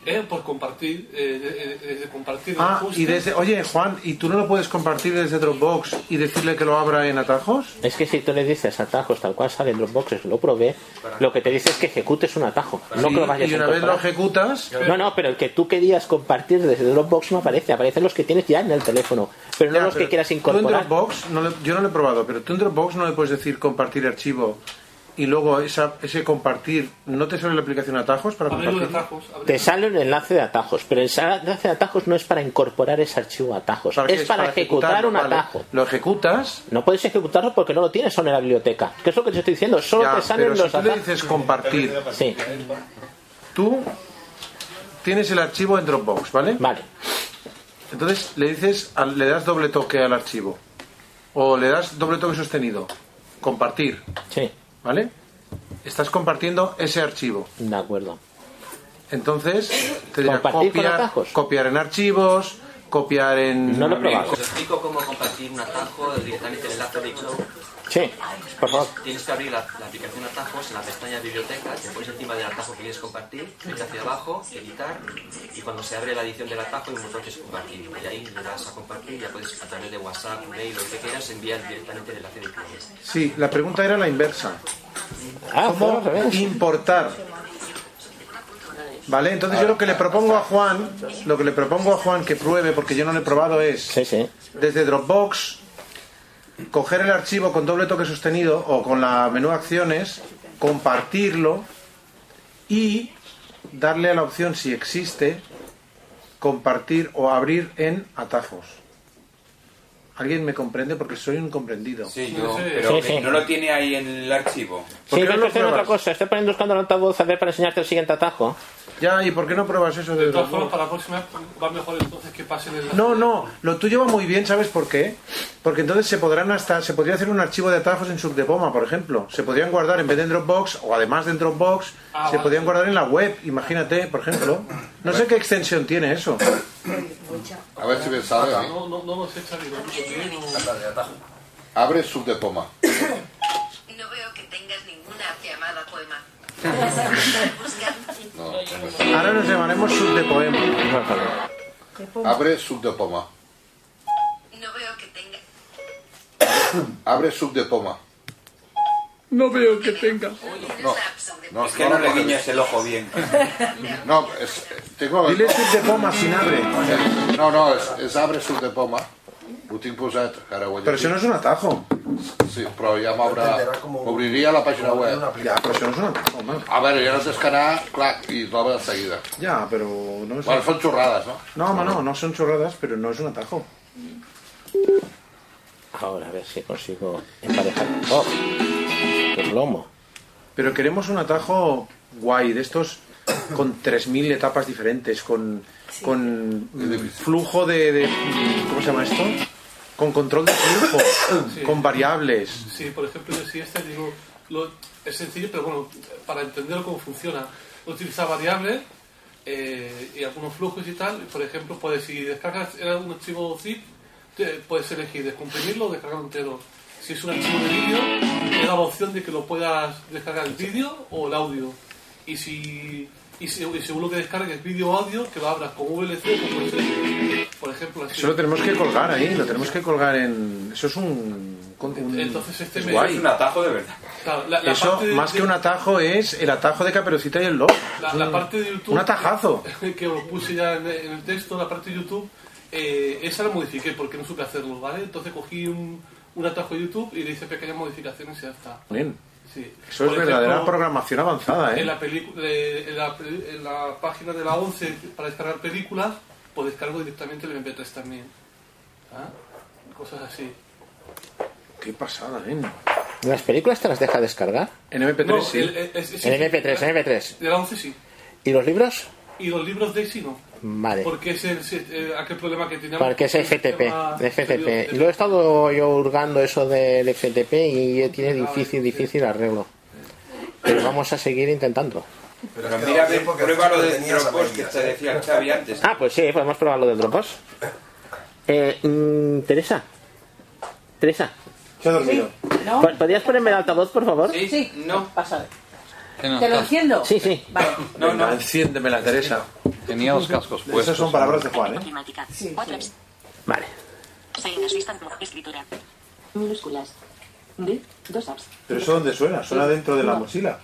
Eh, pues compartir, eh, eh, eh, desde compartir. Ah, ajuste. y desde, oye Juan, ¿y tú no lo puedes compartir desde Dropbox y decirle que lo abra en atajos? Es que si tú le dices atajos tal cual sale en Dropbox, lo probé, lo que te dice es que ejecutes un atajo. No Sí, que lo vayas y una a vez lo incorporar. ejecutas. No, no, pero el que tú querías compartir desde Dropbox no aparece. Aparecen los que tienes ya en el teléfono, pero no Ya, los pero que quieras tú en incorporar. Dropbox, no le- yo no lo he probado, pero tú en Dropbox no le puedes decir compartir archivo y luego esa- ese compartir, ¿no te sale la aplicación atajos para Abrirlo de compartir? atajos. Te sale un enlace de atajos, pero el enlace de atajos no es para incorporar ese archivo a atajos, ¿Para qué es, para, ejecutar ejecutarlo? un Vale. atajo. Lo ejecutas. No puedes ejecutarlo porque no lo tienes solo en la biblioteca. ¿Qué es lo que te estoy diciendo? Solo Ya, te salen pero los si tú le atajos. dices compartir, Sí. Eh, tú tienes el archivo en Dropbox, ¿vale? Vale. Entonces le dices, al- le das doble toque al archivo. O le das doble toque sostenido. Compartir. Sí. ¿Vale? Estás compartiendo ese archivo. De acuerdo. Entonces, te dirá Compartir con copiar, atajos. copiar en archivos, copiar en... No lo he probado. Os explico cómo compartir un atajo directamente en el enlace de Cloud. Sí, por favor. Tienes que abrir la, la aplicación atajos en la pestaña biblioteca, te pones encima del atajo que quieres compartir, clic hacia abajo, editar, y cuando se abre la edición del atajo hay un botón que es compartir. Y ahí le das a compartir, ya puedes a través de WhatsApp, mail, lo que quieras, enviar directamente el enlace de Cloud. Sí, la pregunta era la inversa. Ah, ¿Cómo importar? Vale, entonces yo lo que le propongo a Juan, lo que le propongo a Juan que pruebe, porque yo no lo he probado, es desde Dropbox coger el archivo con doble toque sostenido o con la menú acciones, compartirlo y darle a la opción si existe compartir o abrir en atajos. ¿Alguien me comprende? Porque soy un comprendido. Sí, yo, pero Sí, sí. no lo tiene ahí en el archivo. Sí, pero estoy haciendo otra cosa. Estoy poniendo buscando el altavoz a ver para enseñarte el siguiente atajo. Ya, ¿y por qué no pruebas eso De de todas formas, Dropbox? para la próxima va mejor entonces que pasen el enlace. No, no, lo tuyo va muy bien, ¿sabes por qué? Porque entonces se podrán hasta, se podría hacer un archivo de atajos en Subdepoma, por ejemplo. Se podrían guardar en vez de en Dropbox, o además de en Dropbox, Ah, se vale. podrían guardar en la web, imagínate, por ejemplo. No sé qué extensión tiene eso. A ver si me sale ¿eh? a mí. Ah, No, no, no nos echa ¿eh? ni lo Abre Subdepoma. No veo que tengas ninguna llamada poema. Ahora nos llamaremos Subdepoema. Abre Subdepoma. No veo que tengas. Abre Subdepoma. No veo que tengas. No, no, Es que no le lo guiñas el ojo bien. No, es, tengo... Dile Subdepoma sin abre. Es- No, no, es, es abre Subdepoma. Putin Pusat, Jaraguay. Pero eso no es un atajo. Sí, però ja m'obre... Obriria la pàgina web. Ja, però això no és una... Home. A veure, ja l'has d'escanar, clar, i l'obre de seguida. Ja, però no és... Bueno, són xorrades, no? No, home, no, no són xorrades, però no és un atajo. Ahora a ver si consigo emparejar. ¡Oh! ¡Qué lomo! Pero queremos un atajo guay, de estos con 3.000 etapas diferentes, con, con mm, flujo de, de- ¿Cómo se llama esto? Con control de flujo, con variables. Sí, por ejemplo, yo sí este digo, lo- es sencillo, pero bueno, para entender cómo funciona, utiliza variables eh, y algunos flujos y tal. Por ejemplo, puedes si descargas era un archivo zip, te- puedes elegir descomprimirlo o descargarlo entero. Si es un archivo de vídeo, te da la opción de que lo puedas descargar el vídeo o el audio. Y si y, se- y según lo que descargues vídeo o audio, que lo abras con VLC o con USB. pues, Por ejemplo, así. Eso lo tenemos que colgar ahí, lo tenemos que colgar en... Eso es un... con- Mm. un- Entonces este es me- guay. es Un atajo de verdad. Claro, la- la Eso, parte de- más que un atajo, es el atajo de Caperucita y el lobo. La, la parte de YouTube. Un atajazo. Que os puse ya en, en el texto, la parte de YouTube, eh, esa la modifiqué porque no supe hacerlo, ¿vale? Entonces cogí un, un atajo de YouTube y le hice pequeñas modificaciones y ya está. Bien. Sí. Eso Por es ejemplo, verdadera programación avanzada, En ¿eh? la, pelicu- eh, en la, en la página de la 11 para descargar películas, o descargo directamente el MP3 también. ¿Ah? Cosas así. Qué pasada, ¿eh? ¿Las películas te las deja descargar? En MP3 No, sí. el- el- es- es- En MP3, en MP3. De la 11 sí. ¿Y los libros? Y los libros de sí no. Vale. Porque es el, si- eh, aquel problema que teníamos. Porque es el FTP, sistema- FTP. Y lo he estado yo hurgando eso del FTP y tiene difícil, difícil arreglo. Pero vamos a seguir intentando. Pero mira, a ver, prueba lo de Dropbox que te decía el Xavi antes. Ah, pues sí, podemos probar lo del Dropbox. Eh, mm, Teresa. Teresa. Se ha dormido. ¿Po- ¿Podrías ponerme el altavoz, por favor? Sí, no. Pasa. no ¿Te lo está. enciendo? Sí, sí. No, no. Enciéndeme la Teresa. Tenía los cascos puestos. Esas son palabras de Juan, ¿eh? Climática. Cuatro apps. Vale. Salinas distant mode. Escritura. Minúsculas. D. Dos apps. Pero eso dónde suena? Suena dentro de la mochila.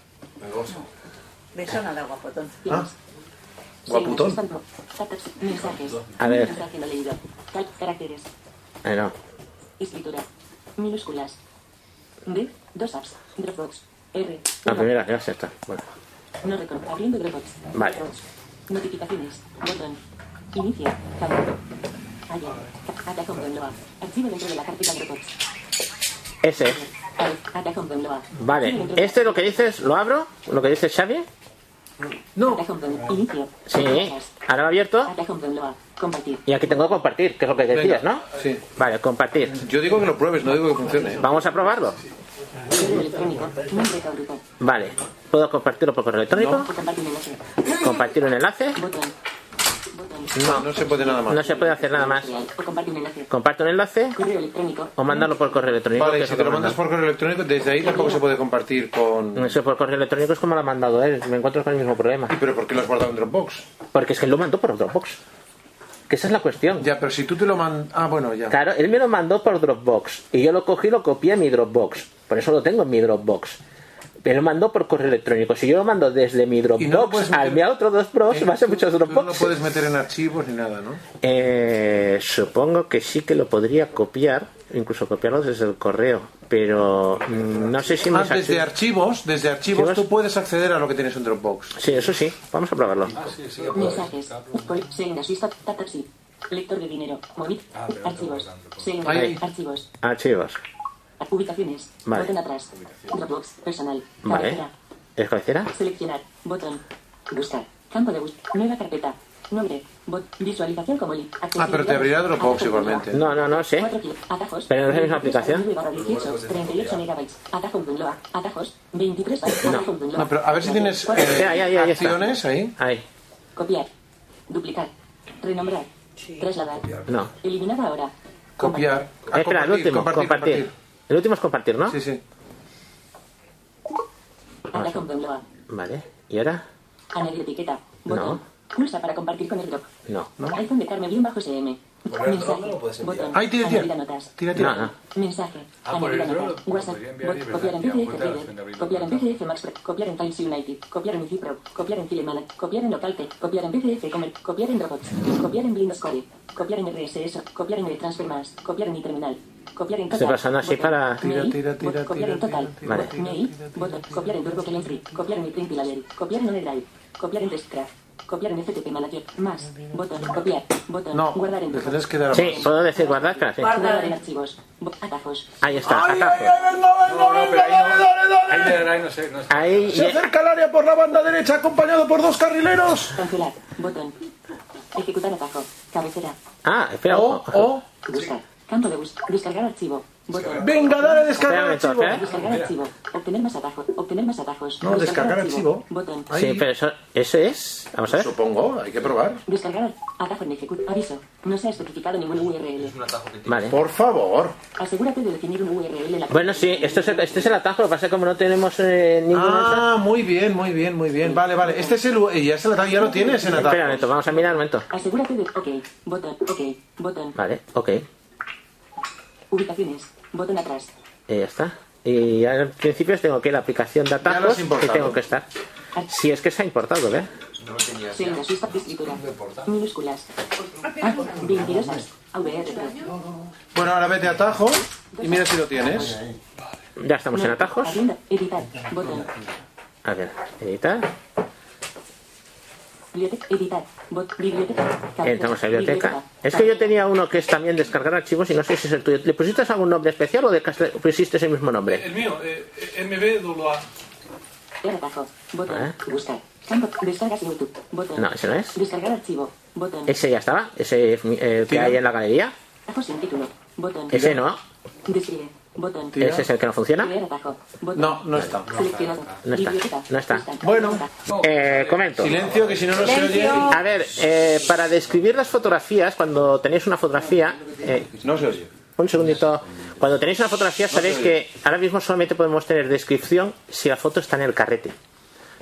De eso nada, guapotón. Ah. Guaputón. Mensajes. A ver. Mensaje no leído. Cal- Caracteres. Ah, no. Escritura. Minúsculas. D. Dos apps. Dropbox. R. La primera, ya está. Bueno. No record. Abriendo Dropbox. Vale. Dropbox. Notificaciones. Botón. Inicia. Cabo. Ayer. Atacón con Loa. Archivo dentro de la carpeta Dropbox. Ese. Atacón con Loa. Vale. Este lo que dices, lo abro, lo que dice Xavi. No. Atacón con Inicio. Sí. Ahora lo he abierto. Atacón con Loa. Compartir. Y aquí tengo compartir, que es lo que decías, ¿no? Sí. Vale, compartir. Yo digo que lo pruebes, no digo que funcione. Vamos a probarlo. Correo electrónico. Nombre favorito. Vale. ¿Puedo compartirlo por correo electrónico? Compartir enlace. ¿Compartir un enlace? Botón. No, no se puede nada más. No se puede hacer nada más. O compartir un enlace. Comparto un enlace Correo electrónico. o mandarlo por correo electrónico. Vale, que y es si te lo que mandas mando. por correo electrónico, desde ahí tampoco se puede compartir con... Eso por correo electrónico es como lo ha mandado él. Me encuentro con el mismo problema. ¿Y pero por qué lo has guardado en Dropbox? Porque es que él lo mandó por Dropbox. Que esa es la cuestión. Ya, pero si tú te lo mandas... Ah, bueno, ya. Claro, él me lo mandó por Dropbox. Y yo lo cogí y lo copié a mi Dropbox. Por eso lo tengo en mi Dropbox. Me lo mandó por correo electrónico. Si yo lo mando desde mi Dropbox puedes meter- al mi Ah, otro dos pros, va a ser muchos pues, eh, Tú no lo Dropbox. puedes meter en archivos ni nada, ¿no? Eh, supongo que sí que lo podría copiar, incluso copiarlo desde el correo, pero mm, no sé si me Ah, desde archivos, desde archivos Archivos. tú puedes acceder a lo que tienes en Dropbox. Sí, eso sí, vamos a probarlo. Mensajes. Spoil. Seguidas. Lista. Taxi. Lector de dinero. Monique. Archivos. Seguidas. Ahí. Archivos. Archivos, Ubicaciones. Vale. Botón atrás. Dropbox. Personal. vale. Cabecera. ¿Es cabecera? Seleccionar. Botón. Buscar. Campo de búsqueda. Nueva carpeta. Nombre. Bot. Visualización como link. Ah, pero te abrirá Dropbox igualmente. No, no, no sé. Atajos. Pero no es la misma aplicación. 18, pues 38 megabytes. Atajo en Bunloa. Atajos. 23 Atajo en Bunloa. No, pero a ver si tienes Cuatro. eh, acciones ahí. Ahí. Copiar. Duplicar. Renombrar. Trasladar. No. Eliminar ahora. Copiar. Ah, Espera, el compartir, último, compartir, compartir, El último es compartir, ¿no? Sí, sí. Atajo en Bunloa. Vale. ¿Y ahora? Añadir etiqueta. No, Pulsa para compartir con el drop. no. iPhone de Carmen bien bajo CM. Mensaje. Botón. Ahí, tira, tira. Añadir a notas. tira. No, no. Mensaje. Ah, por Añadir a el drop notas. lo WhatsApp. podría enviar Bot. y Copiar en enviar PDF cuentas Reader. en abrirlo Copiar en PDF Max Prep. Copiar en Files United. Copiar en Cipro. Copiar en Filemana. Copiar en Localtech. Copiar en PDF Comer. Copiar en Dropbox. Copiar en Blindoscore. Copiar en RSS. Copiar en Transfer Más. Copiar en iTerminal. Copiar en Estoy Total. pasando así Botón. para- Mail. Tira, tira, Bot. tira, Copiar en tira, Total. tira, tira, tira, Mail. Botón. Copiar en Turbo Calendry. Copiar en Print Library. Copiar en OneDrive. Copiar en Deskcraft. Copiar en FTP Manager. Más. Botón. Copiar. Botón. No, Guardar en le Dropbox. tendrás que dar a Sí, puedo decir guardar, claro, sí. Guardar en archivos. Bo- Atajos. Ahí está, Ay, atajos. Ahí te dará y no sé, no sé. Ahí, Se acerca al área por la banda derecha acompañado por dos carrileros. Cancelar. Botón. Ejecutar atajo. Cabecera. Ah, espera. Oh, O, ojo. o. Buscar. Campo de bus. Descargar archivo. Botón. Venga, dale a descargar Espera un momento, archivo. espera. Descargar archivo. Obtener más atajos. Obtener más atajos. No, descargar archivo. Botón. Sí, pero eso, ese es. Vamos a ver. Supongo, hay que probar. Descargar atajo en ejecutar. Aviso. No se ha especificado ningún URL. Vale. Por favor. Asegúrate de definir un URL en la Bueno, sí, esto es el, este es el atajo. Lo que pasa es que como no tenemos eh, ninguna. Ah, muy bien, muy bien, muy bien. Vale, vale. Este es el... u- eh, Ya, se la- ya lo tienes en Espera un ataque. momento, vamos a mirar un momento. Asegúrate de. Ok. Botón. Ok. Botón. Vale, ok. eh, Ubicaciones. Botón atrás. ya está. Y al principio tengo que ir a la aplicación de lo has atajos y importado. tengo que estar. Si es que se ha importado, ¿eh? ¿ves? No lo tenías. Sí, la lista de escritura. Minúsculas. Ah, 22 AVR. Bueno, ahora vete a atajo y mira si lo tienes. Ya estamos en atajos. Abriendo, editar, botón. A ver, editar. Biblioteca, editar, bot, biblioteca. carpeta, Entramos a la biblioteca. Es que yo tenía uno que es también descargar archivos y no sé si es el tuyo. ¿Le pusiste algún nombre especial o de- pusiste ese mismo nombre? El mío, eh, MBWA. Era atajo. Botón. ¿Eh? Buscar. Campo. Descargas YouTube. Botón. No, ese no es. Descargar archivo. Botón. Ese ya estaba, ese eh, que Sí. hay en la galería. Atajo sin título. Botón. Ese no, Describe. Botón. Tira. ¿Ese es el que no funciona? Crear atajo. Botón. No, no está. Seleccionado. no está, Biblioteca. no está. Bueno, eh, comento. Silencio, que si no, no se oye. Silencio. A ver, eh, para describir las fotografías, cuando tenéis una fotografía, eh, No se oye. Un segundito. Cuando tenéis una fotografía No sabéis te oigo. que ahora mismo solamente podemos tener descripción si la foto está en el carrete.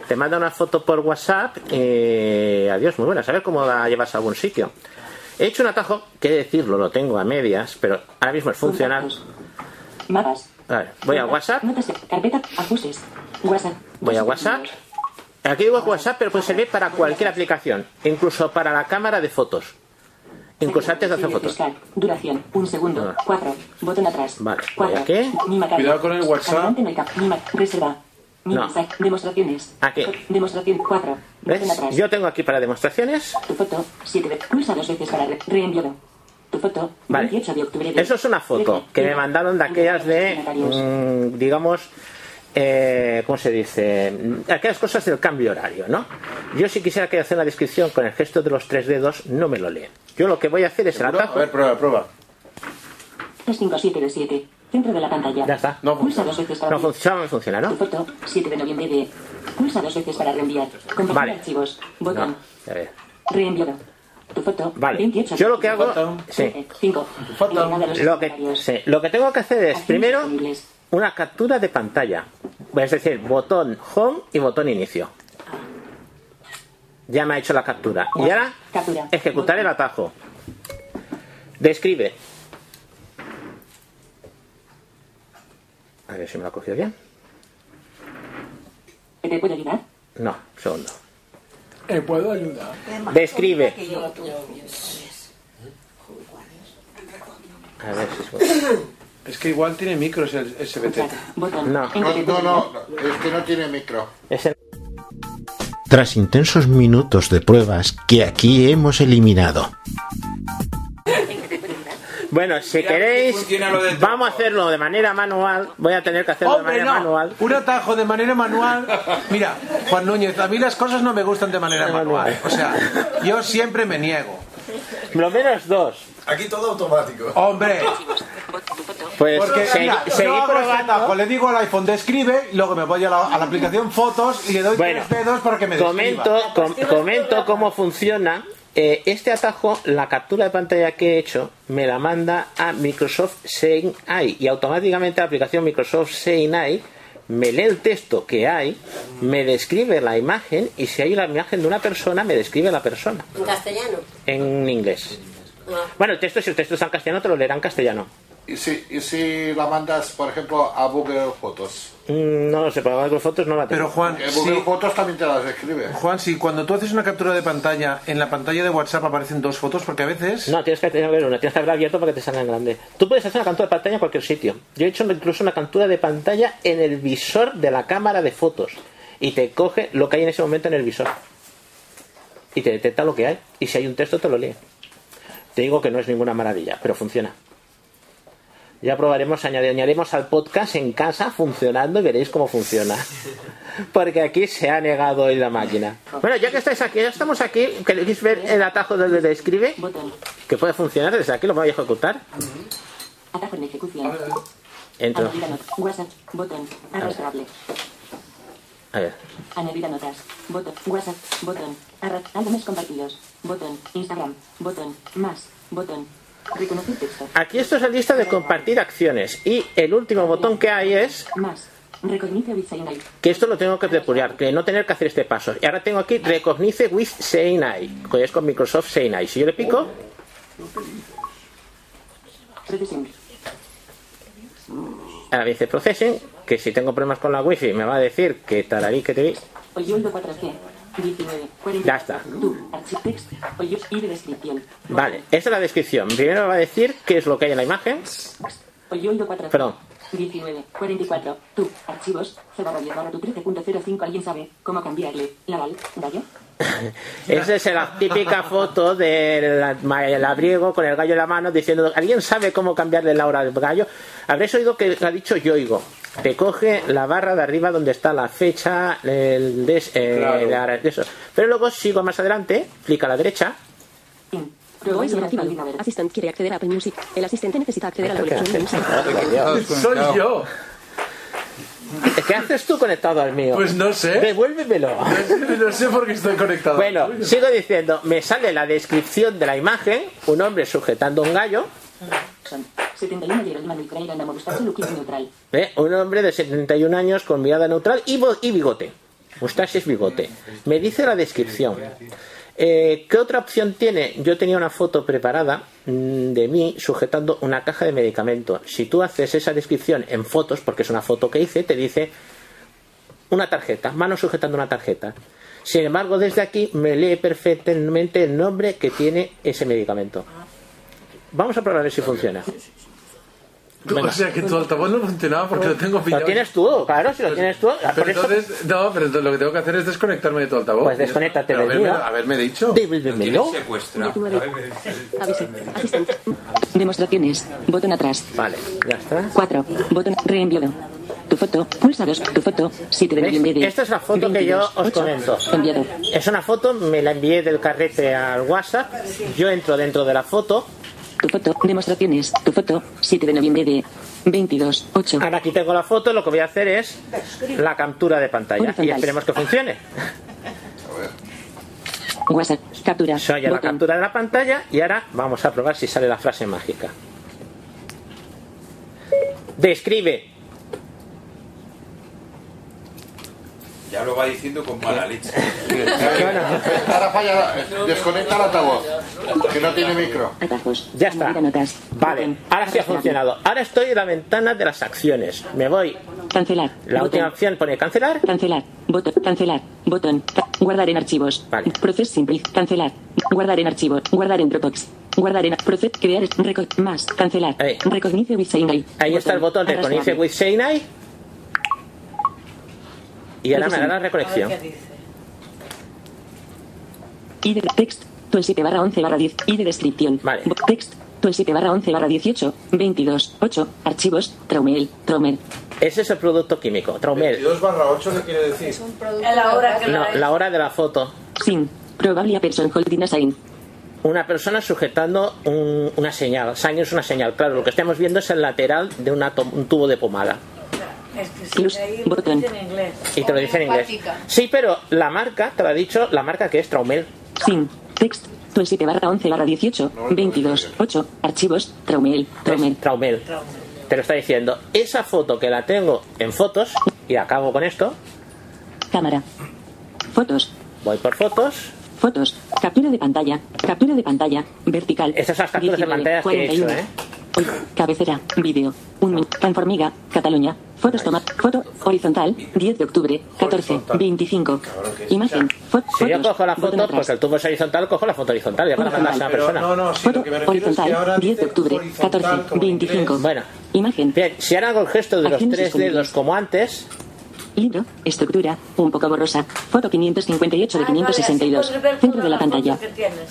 Te manda una foto por WhatsApp y adiós, muy buena. A ver cómo la llevas a algún sitio. He hecho un atajo, que he de decirlo, lo tengo a medias, pero ahora mismo es funcional. Mapas. A ver, voy a WhatsApp, Notas. de- Carpeta. Ajustes. WhatsApp. voy a WhatsApp. Aquí digo WhatsApp, pero puede servir para cualquier aplicación, incluso para la cámara de fotos. Incluso antes de hacer fotos. Ah. Fiscal. Duración. Un segundo. Cuatro. Botón atrás. Vale, voy Cuatro. aquí. Mima carga. Cuidado con el WhatsApp. Adelante en el cap- mima- Reserva. Mi No. mensaje. Demostraciones. Aquí. Demostración. Cuatro. Botón ¿Ves? atrás. Yo tengo aquí para demostraciones. Tu foto. Siete veces. Pulsa dos veces para re- reenviado. Tu foto. Vale. 28 de octubre. de- Eso es una foto que me mandaron de aquellas de, mm, digamos, eh, ¿cómo se dice? Mm, Aquellas cosas del cambio horario, ¿no? Yo si quisiera que hacer la descripción con el gesto de los tres dedos, no me lo leen. Yo lo que voy a hacer es el atajo. A ver, prueba, prueba. 357 de 7. Centro de la pantalla. Ya está. No Pulsa dos veces para No re- funciona, no funciona, Tu ¿no? foto. 7 de noviembre de... Pulsa dos veces para reenviar. Compartir Vale. archivos. Botón. No. A ver. Reenviado. Tu foto. Vale. 28 Yo lo que hago, Foto. sí. Cinco. Eliminar los Lo que, comentarios. sí, lo que tengo que hacer es Acciones primero disponibles. una captura de pantalla. Es decir, botón home y botón inicio. Ya me ha hecho la captura. Y ahora Captura. ejecutar el atajo. Describe. A ver si me lo ha cogido bien. ¿Te puedo ayudar? No, segundo. ¿Te Eh, puedo ayudar? Describe. A ver si es Es que igual tiene micros el SBT. No. No, no, no, es que no tiene micro. Tras intensos minutos de pruebas que aquí hemos eliminado. Bueno, si queréis, vamos a hacerlo de manera manual. Voy a tener que hacerlo de ¡Hombre, manera no! manual. Un atajo de manera manual. Mira, Juan Núñez, a mí las cosas no me gustan de manera manual. O sea, yo siempre me niego. Lo menos dos. Aquí todo automático. ¡Hombre! Pues Porque, segui- mira, yo seguí hago este probando. atajo, le digo al iPhone, describe, y luego me voy a la, a la aplicación Fotos y le doy Bueno, tres dedos para que me describa. comento, com- comento cómo funciona. Eh, este atajo, la captura de pantalla que he hecho, me la manda a Microsoft SeinAI y automáticamente la aplicación Microsoft SeinAI me lee el texto que hay, me describe la imagen y si hay la imagen de una persona, me describe la persona En castellano. en inglés. Ah. Bueno, el texto, si el texto está en castellano, te lo leerá en castellano. ¿Y si, y si la mandas, por ejemplo, a Google Fotos? Mm, No lo sé, para Google Fotos no la tengo. Pero Juan, Eh, Google si, Fotos también te las describe. Juan, si cuando tú haces una captura de pantalla, en la pantalla de WhatsApp aparecen dos fotos, porque a veces... No, tienes que tener una, tienes que haberla abierto para que te salga en grande. Tú puedes hacer una captura de pantalla en cualquier sitio. Yo he hecho incluso una captura de pantalla en el visor de la cámara de fotos y te coge lo que hay en ese momento en el visor y te detecta lo que hay y si hay un texto te lo lee. Te digo que no es ninguna maravilla, pero funciona. Ya probaremos, añade- añadiremos al podcast en casa funcionando y veréis cómo funciona. Porque aquí se ha negado hoy la máquina. Bueno, ya que estáis aquí, ya estamos aquí, queréis ver el atajo donde describe, que puede funcionar desde aquí, lo voy a ejecutar. Atajo en ejecución. Entro. Añadir a not- WhatsApp. Botón. Arrastrable. A ver. Añadir a notas. Botón. WhatsApp. Botón. Arra- Álbumes compartidos. Botón. Instagram. Botón. Más. Botón. Reconocer texto. Aquí esto es la lista de compartir acciones y el último botón que hay es Más. Recognice with sign eye. que esto lo tengo que depurar, que no tener que hacer este paso. Y ahora tengo aquí Recognize with Seinai, que es con Microsoft Seinai. Si yo le pico, Processing. ahora me dice Processing, que si tengo problemas con la wifi me va a decir que tararí que te vi. Oyundo 4G. 19. 40. Ya está. Tu. Architext. Oyus y de descripción. Vale, esta es la descripción. Primero me va a decir qué es lo que hay en la imagen. Oyundo 4G. Perdón. 19, 44, tú, archivos, cerrado y barra tu 13.05, alguien sabe cómo cambiarle, la val, gallo, Esa es la típica foto del el abriego con el gallo en la mano diciendo, ¿alguien sabe cómo cambiarle la hora al gallo? Habréis oído que ha dicho yoigo. Te coge la barra de arriba donde está la fecha, el des- eh, Claro. la- eso. Pero luego sigo más adelante, clic a la derecha. Voice Interactive Albinaver. Assistant quiere acceder a Apple Music. El asistente necesita acceder a la ¿Esto qué colección de hace? Music. Soy yo. ¿Qué haces tú conectado al mío? Pues no sé. Devuélvemelo. No sé por qué estoy conectado. Bueno, sigo diciendo, me sale la descripción de la imagen, un hombre sujetando un gallo, Son 71 Gerald Manuel Craig and Amorustache Looking Neutral. ¿eh? un hombre de 71 años con mirada neutral y, bo- y bigote. Mustache es bigote. Me dice la descripción. Eh, ¿Qué otra opción tiene? Yo tenía una foto preparada mm, de mí sujetando una caja de medicamento. Si tú haces esa descripción en fotos, porque es una foto que hice, te dice una tarjeta, mano sujetando una tarjeta. Sin embargo, desde aquí me lee perfectamente el nombre que tiene ese medicamento. Vamos a probar a ver si funciona. O sea que tu altavoz no funcionaba porque lo tengo pillado. Lo tienes tú, claro, si lo tienes tú. ah, Pero Por eso- entonces, no, pero entonces lo que tengo que hacer es desconectarme de tu altavoz. Pues desconéctate Pero del haberme, mío. haberme dicho. Devuélvemelo. secuestra. Avise. Asistente. Demostraciones. Botón atrás. Vale, ya está. 4. Botón reenviado. Tu foto. Pulsa 2. Tu foto. 7 de ¿Veis? noviembre de. Esta es la foto que yo 22. os Ocho. comento. Enviado. Es una foto, me la envié del carrete al WhatsApp. Yo entro dentro de la foto. Tu foto. Demostraciones. Tu foto. 7 de noviembre de. 22. 8. Ahora aquí tengo la foto, lo que voy a hacer es la captura de pantalla. Y Horizontal. esperemos que funcione. WhatsApp. Captura. Soy a la Botón. captura de la pantalla y ahora vamos a probar si sale la frase mágica. Describe. Ya lo va diciendo con mala leche. Ahora falla, la- desconecta el altavoz, que no tiene micro. Ya está. Vale, ahora sí ha funcionado. Ahora estoy en la ventana de las acciones. Me voy. Cancelar. La última opción pone cancelar. Cancelar. Botón. Cancelar. Botón. Ca- Guardar en archivos. Proceso simple. Cancelar. Guardar en archivo. Guardar en Dropbox. Guardar en proceso. Crear record. Más. Cancelar. Recognice with Signal. Ahí está el botón de Arrastrar. Connect with Seinai. Y ahora me hará la A recolección. ver ID text 27 barra 11 barra 10 ID descripción vale. text 27 barra 11 barra 18 22 8 archivos Traumel Traumer Ese es el producto químico, Traumel. 2 barra 8, ¿qué quiere decir? Es la hora que No, la- la hora de la foto. sin probable person holding a sign Una persona sujetando un- una señal. Sign es una señal. Claro, lo que estamos viendo es el lateral de una to- un tubo de pomada. Es que si ahí lo botón. dice en inglés. Y te lo dice en inglés. Homeopática. Sí, pero la marca, te lo ha dicho, la marca que es Traumel. sin text 27 barra 11 barra 18 22 8 archivos Traumel Traumer Traumel te lo está diciendo. Esa foto que la tengo en fotos, y acabo con esto, cámara fotos voy por fotos. fotos captura de pantalla captura de pantalla vertical Estas son las capturas de pantalla que he hecho, ¿eh? Hoy, cabecera, vídeo, un menú, Canformiga, Cataluña, fotos toma, foto, horizontal, 10 de octubre, 14, 25, imagen, fo- Si yo fotos, cojo la botón foto, atrás, porque el tubo es horizontal, cojo la foto horizontal, ya para mandarse a una Pero persona. no, no, sí, lo que me refiero es que Horizontal, ahora 10 de dice octubre, horizontal 14, como en 25. inglés. Bueno, imagen. Bien, si ahora hago el gesto de los Acciones tres escondidas. dedos como antes, libro, estructura, un poco borrosa, foto 558 Ah, de 562, centro de la pantalla,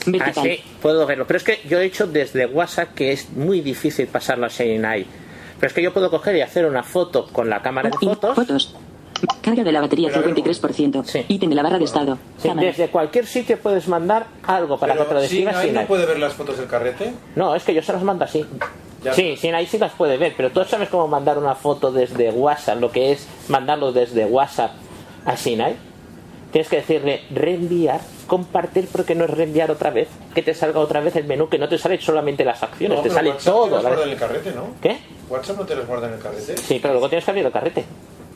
vertical, así puedo verlo. Pero es que yo he hecho desde WhatsApp que es muy difícil pasarlo a Seinai. Pero es que yo puedo coger y hacer una foto con la cámara de fotos. carga de la batería 53%, ítem de la barra de estado, Sí, cámara, desde cualquier sitio puedes mandar algo para que te lo Pero describa Sinai no Seinai. puede ver las fotos del carrete. No, es que yo se las mando así. Sí, Sinai sí las puede ver, pero tú sabes cómo mandar una foto desde WhatsApp, lo que es mandarlo desde WhatsApp a Sinai. Tienes que decirle reenviar, compartir, porque no es reenviar otra vez, que te salga otra vez el menú, que no te sale solamente las acciones, No, te pero sale WhatsApp te todo. las la guarda vez. en el carrete, ¿no? ¿Qué? WhatsApp no te las guarda en el carrete. Sí, pero luego tienes que abrir el carrete.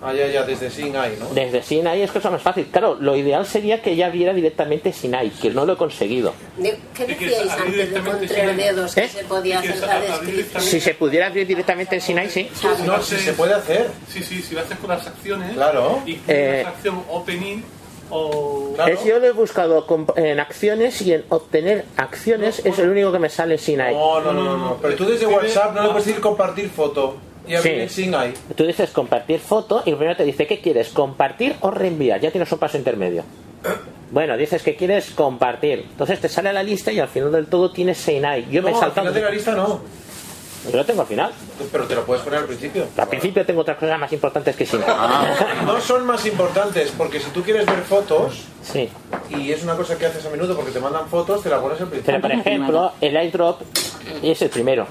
Ah, ya, ya, desde Sinai, ¿no? Desde Sinai es cosa más fácil. Claro, lo ideal sería que ya viera directamente Sinai, que no lo he conseguido. De- ¿Qué decíais antes de con tres dedos ¿Eh? que se podía hacer la descripción? Si se pudiera abrir directamente en Sinai, sí. No, si se puede hacer. Sí, sí, si lo haces con las acciones. Claro. Y Eh, la acción opening o. Es- yo lo he buscado con- en acciones y en obtener acciones es el único que me sale sin ahí. No, no, no, no, no. Pero tú desde WhatsApp no le puedes decir compartir foto. Y abrir Sí. en Sinai. Tú dices compartir foto y primero te dice qué quieres, compartir o reenviar. Ya tienes un paso intermedio. Bueno, dices que quieres compartir. Entonces te sale la lista y al final del todo tienes Seinai. Yo me he No, al saltado. final de la lista no. Yo lo tengo al final. Pero te lo puedes poner al principio. Al principio tengo otras cosas más importantes que Seinai. No son más importantes, porque si tú quieres ver fotos, Sí. y es una cosa que haces a menudo porque te mandan fotos, te la pones al principio. Pero por ejemplo, el airdrop es el primero.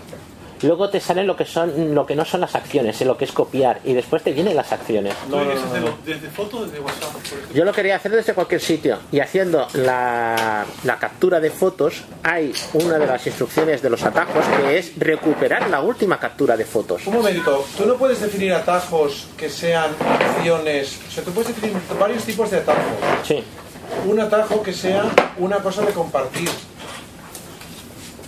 Luego te salen lo que son lo que no son las acciones, eh, lo que es copiar y después te vienen las acciones. Tú eres desde, lo- desde foto, desde WhatsApp. por ejemplo. Yo lo quería hacer desde cualquier sitio y haciendo la, la captura de fotos hay una de las instrucciones de los atajos que es recuperar la última captura de fotos. Un momento, tú no puedes definir atajos que sean acciones. O sea, tú puedes definir varios tipos de atajos. Sí. Un atajo que sea una cosa de compartir.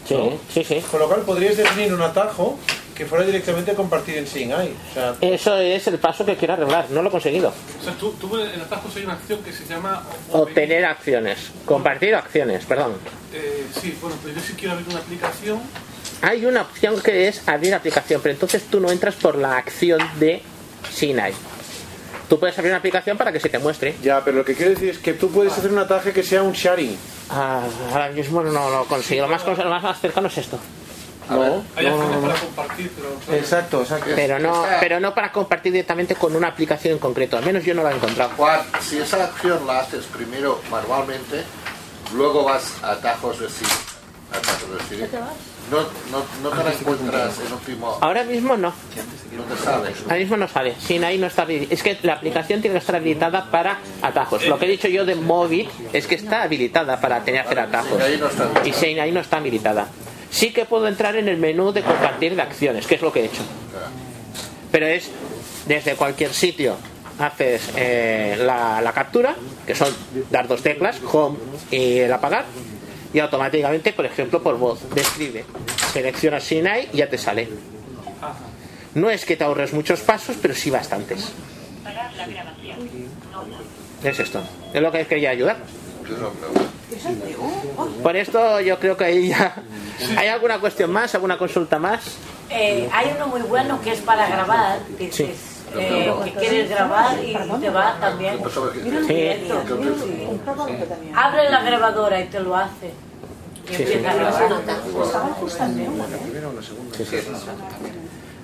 Sí, sí, sí. Con lo cual podrías definir un atajo que fuera directamente compartir en Singai. O sea, Eso es el paso que quiero arreglar, no lo he conseguido. O sea, tú, tú en atajos hay una acción que se llama. Obtener acciones, compartir acciones, perdón. eh, sí, bueno, pero yo sí quiero abrir una aplicación. Hay una opción que es abrir aplicación, pero entonces tú no entras por la acción de Sinai. Tú puedes abrir una aplicación para que se te muestre. Ya, pero lo que quiero decir es que tú puedes hacer un ataje que sea un sharing. Ah, ahora mismo no lo consigo. Lo más, cons- lo más, más cercano es esto. No, Hay acciones para compartir, pero. Exacto, exacto. Pero no, pero no para compartir directamente con una aplicación en concreto. Al menos yo no la he encontrado. Juan, si esa acción la haces primero manualmente, luego vas a atajos de sí. Atajos de sí. No, no, no te la encuentras en último. Ahora mismo no. No te sabes. Ahora mismo no sale. Sinai no está habili- Es que la aplicación tiene que estar habilitada para atajos. Lo que he dicho yo de móvil es que está habilitada para tener hacer atajos. Y Sinai no está habilitada. Sí que puedo entrar en el menú de compartir de acciones, que es lo que he hecho. Pero es desde cualquier sitio. Haces eh, la, la captura, que son dar dos teclas, home y el apagar, y automáticamente, por ejemplo, por voz, describe. Seleccionas Sinai y ya te sale. No es que te ahorres muchos pasos, pero sí bastantes. Es esto. Es lo que quería ayudar. Por esto yo creo que ahí ya... ¿Hay alguna cuestión más? ¿Alguna consulta más? Eh, hay uno muy bueno que es para grabar, que, Sí. eh, que quieres grabar y te va también. Sí. Directo. Abre la grabadora y te lo hace. Y Sí, empieza a sí. grabar.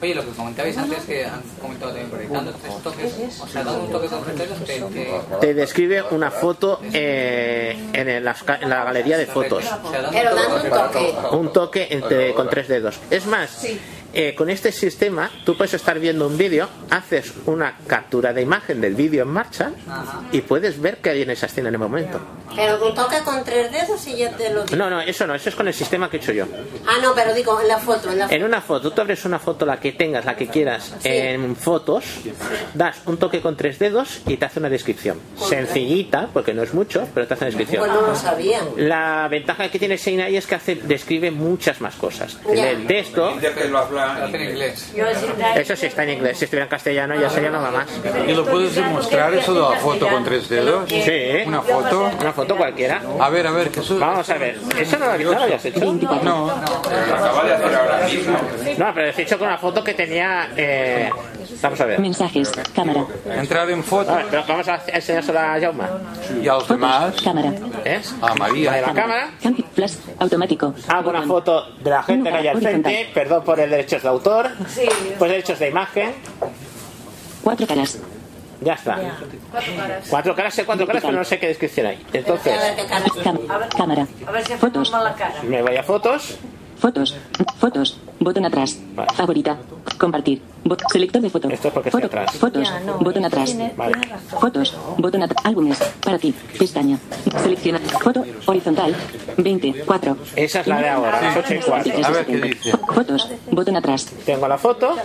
Oye, lo que comentabais antes, que han comentado también proyectando, tres toques, o sea, dando un toque con criterios que, que- Te describe una foto eh, en, el- las ca- en la galería de fotos. o sea, dando Pero un dando toque- Un toque entre- con tres dedos. Es más, eh, con este sistema tú puedes estar viendo un vídeo, haces una captura de imagen del vídeo en marcha y puedes ver qué hay en esa escena en el momento. Pero con toca con tres dedos y ya te lo digo. No, no, eso no, eso es con el sistema que he hecho yo. Ah, no, pero digo, en la foto, en la En una foto, tú abres una foto, la que tengas, la que quieras, en fotos, das un toque con tres dedos y te hace una descripción. Sencillita, porque no es mucho, pero te hace una descripción. Pues no lo sabía. La ventaja que tiene Seinai es que hace, describe muchas más cosas. El texto, Yo así te- eso sí está en inglés, si estuviera en castellano ya sería nada más. ¿Y lo puedes demostrar eso de la foto con tres dedos? Sí. ¿Una foto? Una foto cualquiera. A ver, a ver, Jesús. Vamos a ver, ¿eso no lo habías- no lo habías hecho? No, de hacer ahora mismo. no, pero he hecho con una foto que tenía... eh, Vamos a ver. Mensajes, cámara. Entrar en foto. Ah, pero vamos a enseñársela a Jauma. Y a los demás. Cámara. ¿Eh? A María. La de la cámara. Flash, automático. Hago una foto de la gente que hay al frente, perdón por el derechos de autor, pues derechos de imagen, Cuatro caras. ya está. Cuatro caras, sé cuatro caras, pero no sé qué descripción hay. Entonces, Cam- cámara. A ver si Fotos. hacemos mala cara. me voy a fotos, Fotos. Fotos. Botón atrás. Favorita. Compartir. Bot- selector de foto. Foto. Fotos. Botón atrás. Fotos. Botón atrás. Álbumes. Para ti. Pestaña. Selecciona. Foto. Horizontal. 20. 4. Esa es la de ahora, las ocho y cuarto. A ver qué dice. Fotos. Botón atrás. tengo la foto,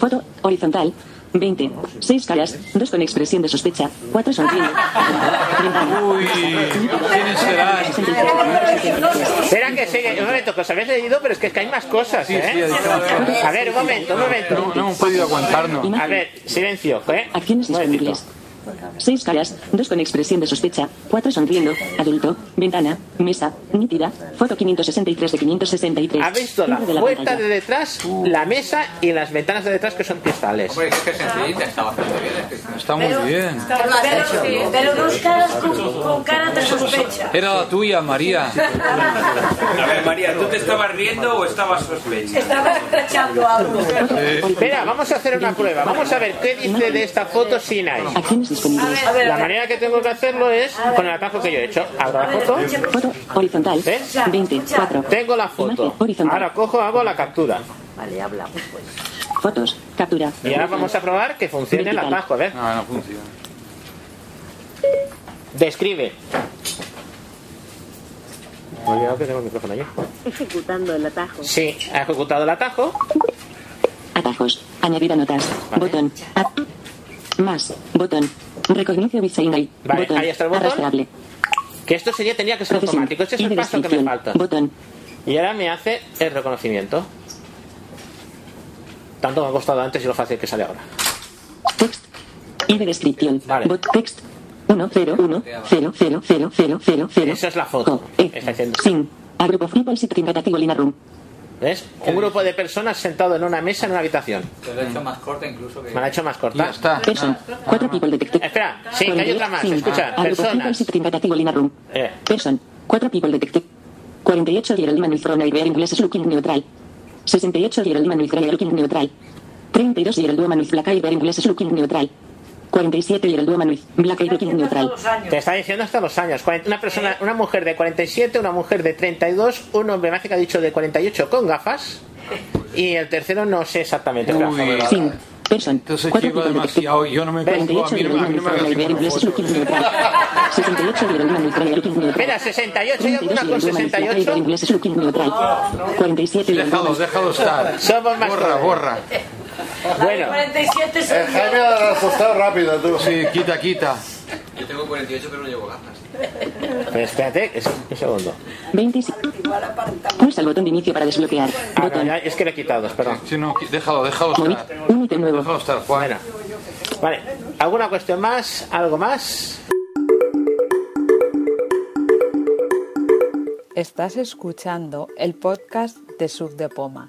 Foto. Horizontal. 20. 6 caras. 2 con expresión de sospecha. 4 sonriendo. Uy, ¿quiénes serán? Será que sigue, un momento, que os habéis leído, pero es que, es que hay más cosas, ¿eh? sí, hay más. A ver, un momento, un momento. No hemos podido aguantarnos. A ver, silencio, ¿eh? Acciones disponibles. Seis caras, dos con expresión de sospecha, cuatro sonriendo, adulto, ventana, mesa, nítida, foto 563 de 563. ¿Ha visto la Número de la puerta pantalla. de detrás, la mesa y las ventanas de detrás que son cristales? Está muy bien. Pero, pero dos caras con, con cara de sospecha. Era la tuya, María. A ver, María, ¿tú te estabas riendo o estabas sospechosa? Estaba escrachando algo. Espera, vamos a hacer una prueba. Vamos a ver qué dice de esta foto Sinai. A ver, a La ver. manera que tengo que hacerlo es con el atajo que yo he hecho. Abro la foto. Foto horizontal. 24. ¿Eh? Tengo la foto. Ahora cojo, hago la captura. Vale, hablamos pues. Fotos, captura. Y ahora vamos a probar que funcione el Vertical. atajo. A ver. No, no funciona. Describe. Me he olvidado que tengo el micrófono allí. Ejecutando el atajo. Sí, ha ejecutado el atajo. Atajos. Añadir a notas. Botón. A- Más. Botón. Reconoce Bitsainai. Vale, botón. ahí está el botón. Arrastrable. Que esto sería, tenía que ser Procesing. automático. Este es Y el de paso que me descripción. falta. Botón. Y ahora me hace el reconocimiento. Tanto me ha costado antes y lo fácil que sale ahora. Text. Y de descripción. Bot. Text. 1, 0, 1, 0, 0, 0, 0, 0, 0. Esa es la foto. Está diciendo. E. Sin. A group of people sitting at a table in a room. ¿Ves? Un grupo de personas sentado en una mesa en una habitación. Te lo he hecho más corta incluso que... Me la he hecho más corta. Person. 4 people detected. Espera, sí, que hay otra más. Sin. Escucha, Eh. A group of people personas. sitting at a table in a room. Person. 4 people detected. 48 Gerald Manuel Frona y Bear Inglés is looking neutral. 68 Gerald Manuel Frona looking neutral. 32 Gerald Manuel Black y Bear Inglés is looking neutral. 47 Gerald Manuel Black y looking neutral. Te está diciendo hasta los años. Cuarenta- Una persona, una mujer de 47, una mujer de 32, un hombre me hace que ha dicho de 48 con gafas y el tercero no sé exactamente. Espera, Uy. joder, ahora. Sin. Person. Entonces 4 lleva people detected. demasiado. Yo no me pongo a 48 mí no- a mí Gerald no me hagas Manuel Bear ninguna Inglés is foto. looking neutral. 68 Gerald Manuel Frona y looking neutral. Espera, 68, ¿hay 32 alguna con Gerald Manuel Black y Bear 68? Inglés is looking neutral. 47 Gerald Déjalo, déjalo estar. Somos más Borra, jóvenes. borra. Bueno. 47 El Eh, Jaime la asustado rápido, tú. Sí, quita, quita. Yo tengo 48 pero no llevo gafas. Pero espérate, es- un segundo. 25. Pulsa el botón de inicio para desbloquear. Ah, no, ya- es que lo he quitado, perdón. Sí, no, qui- déjalo, déjalo estar. Únete nuevo. Déjalo estar, Juan. Vale, ¿alguna cuestión más? ¿Algo más? Estás escuchando el podcast de Sub de Poma.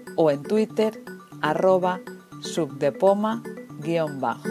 o en twitter arroba sucdepoma guión bajo.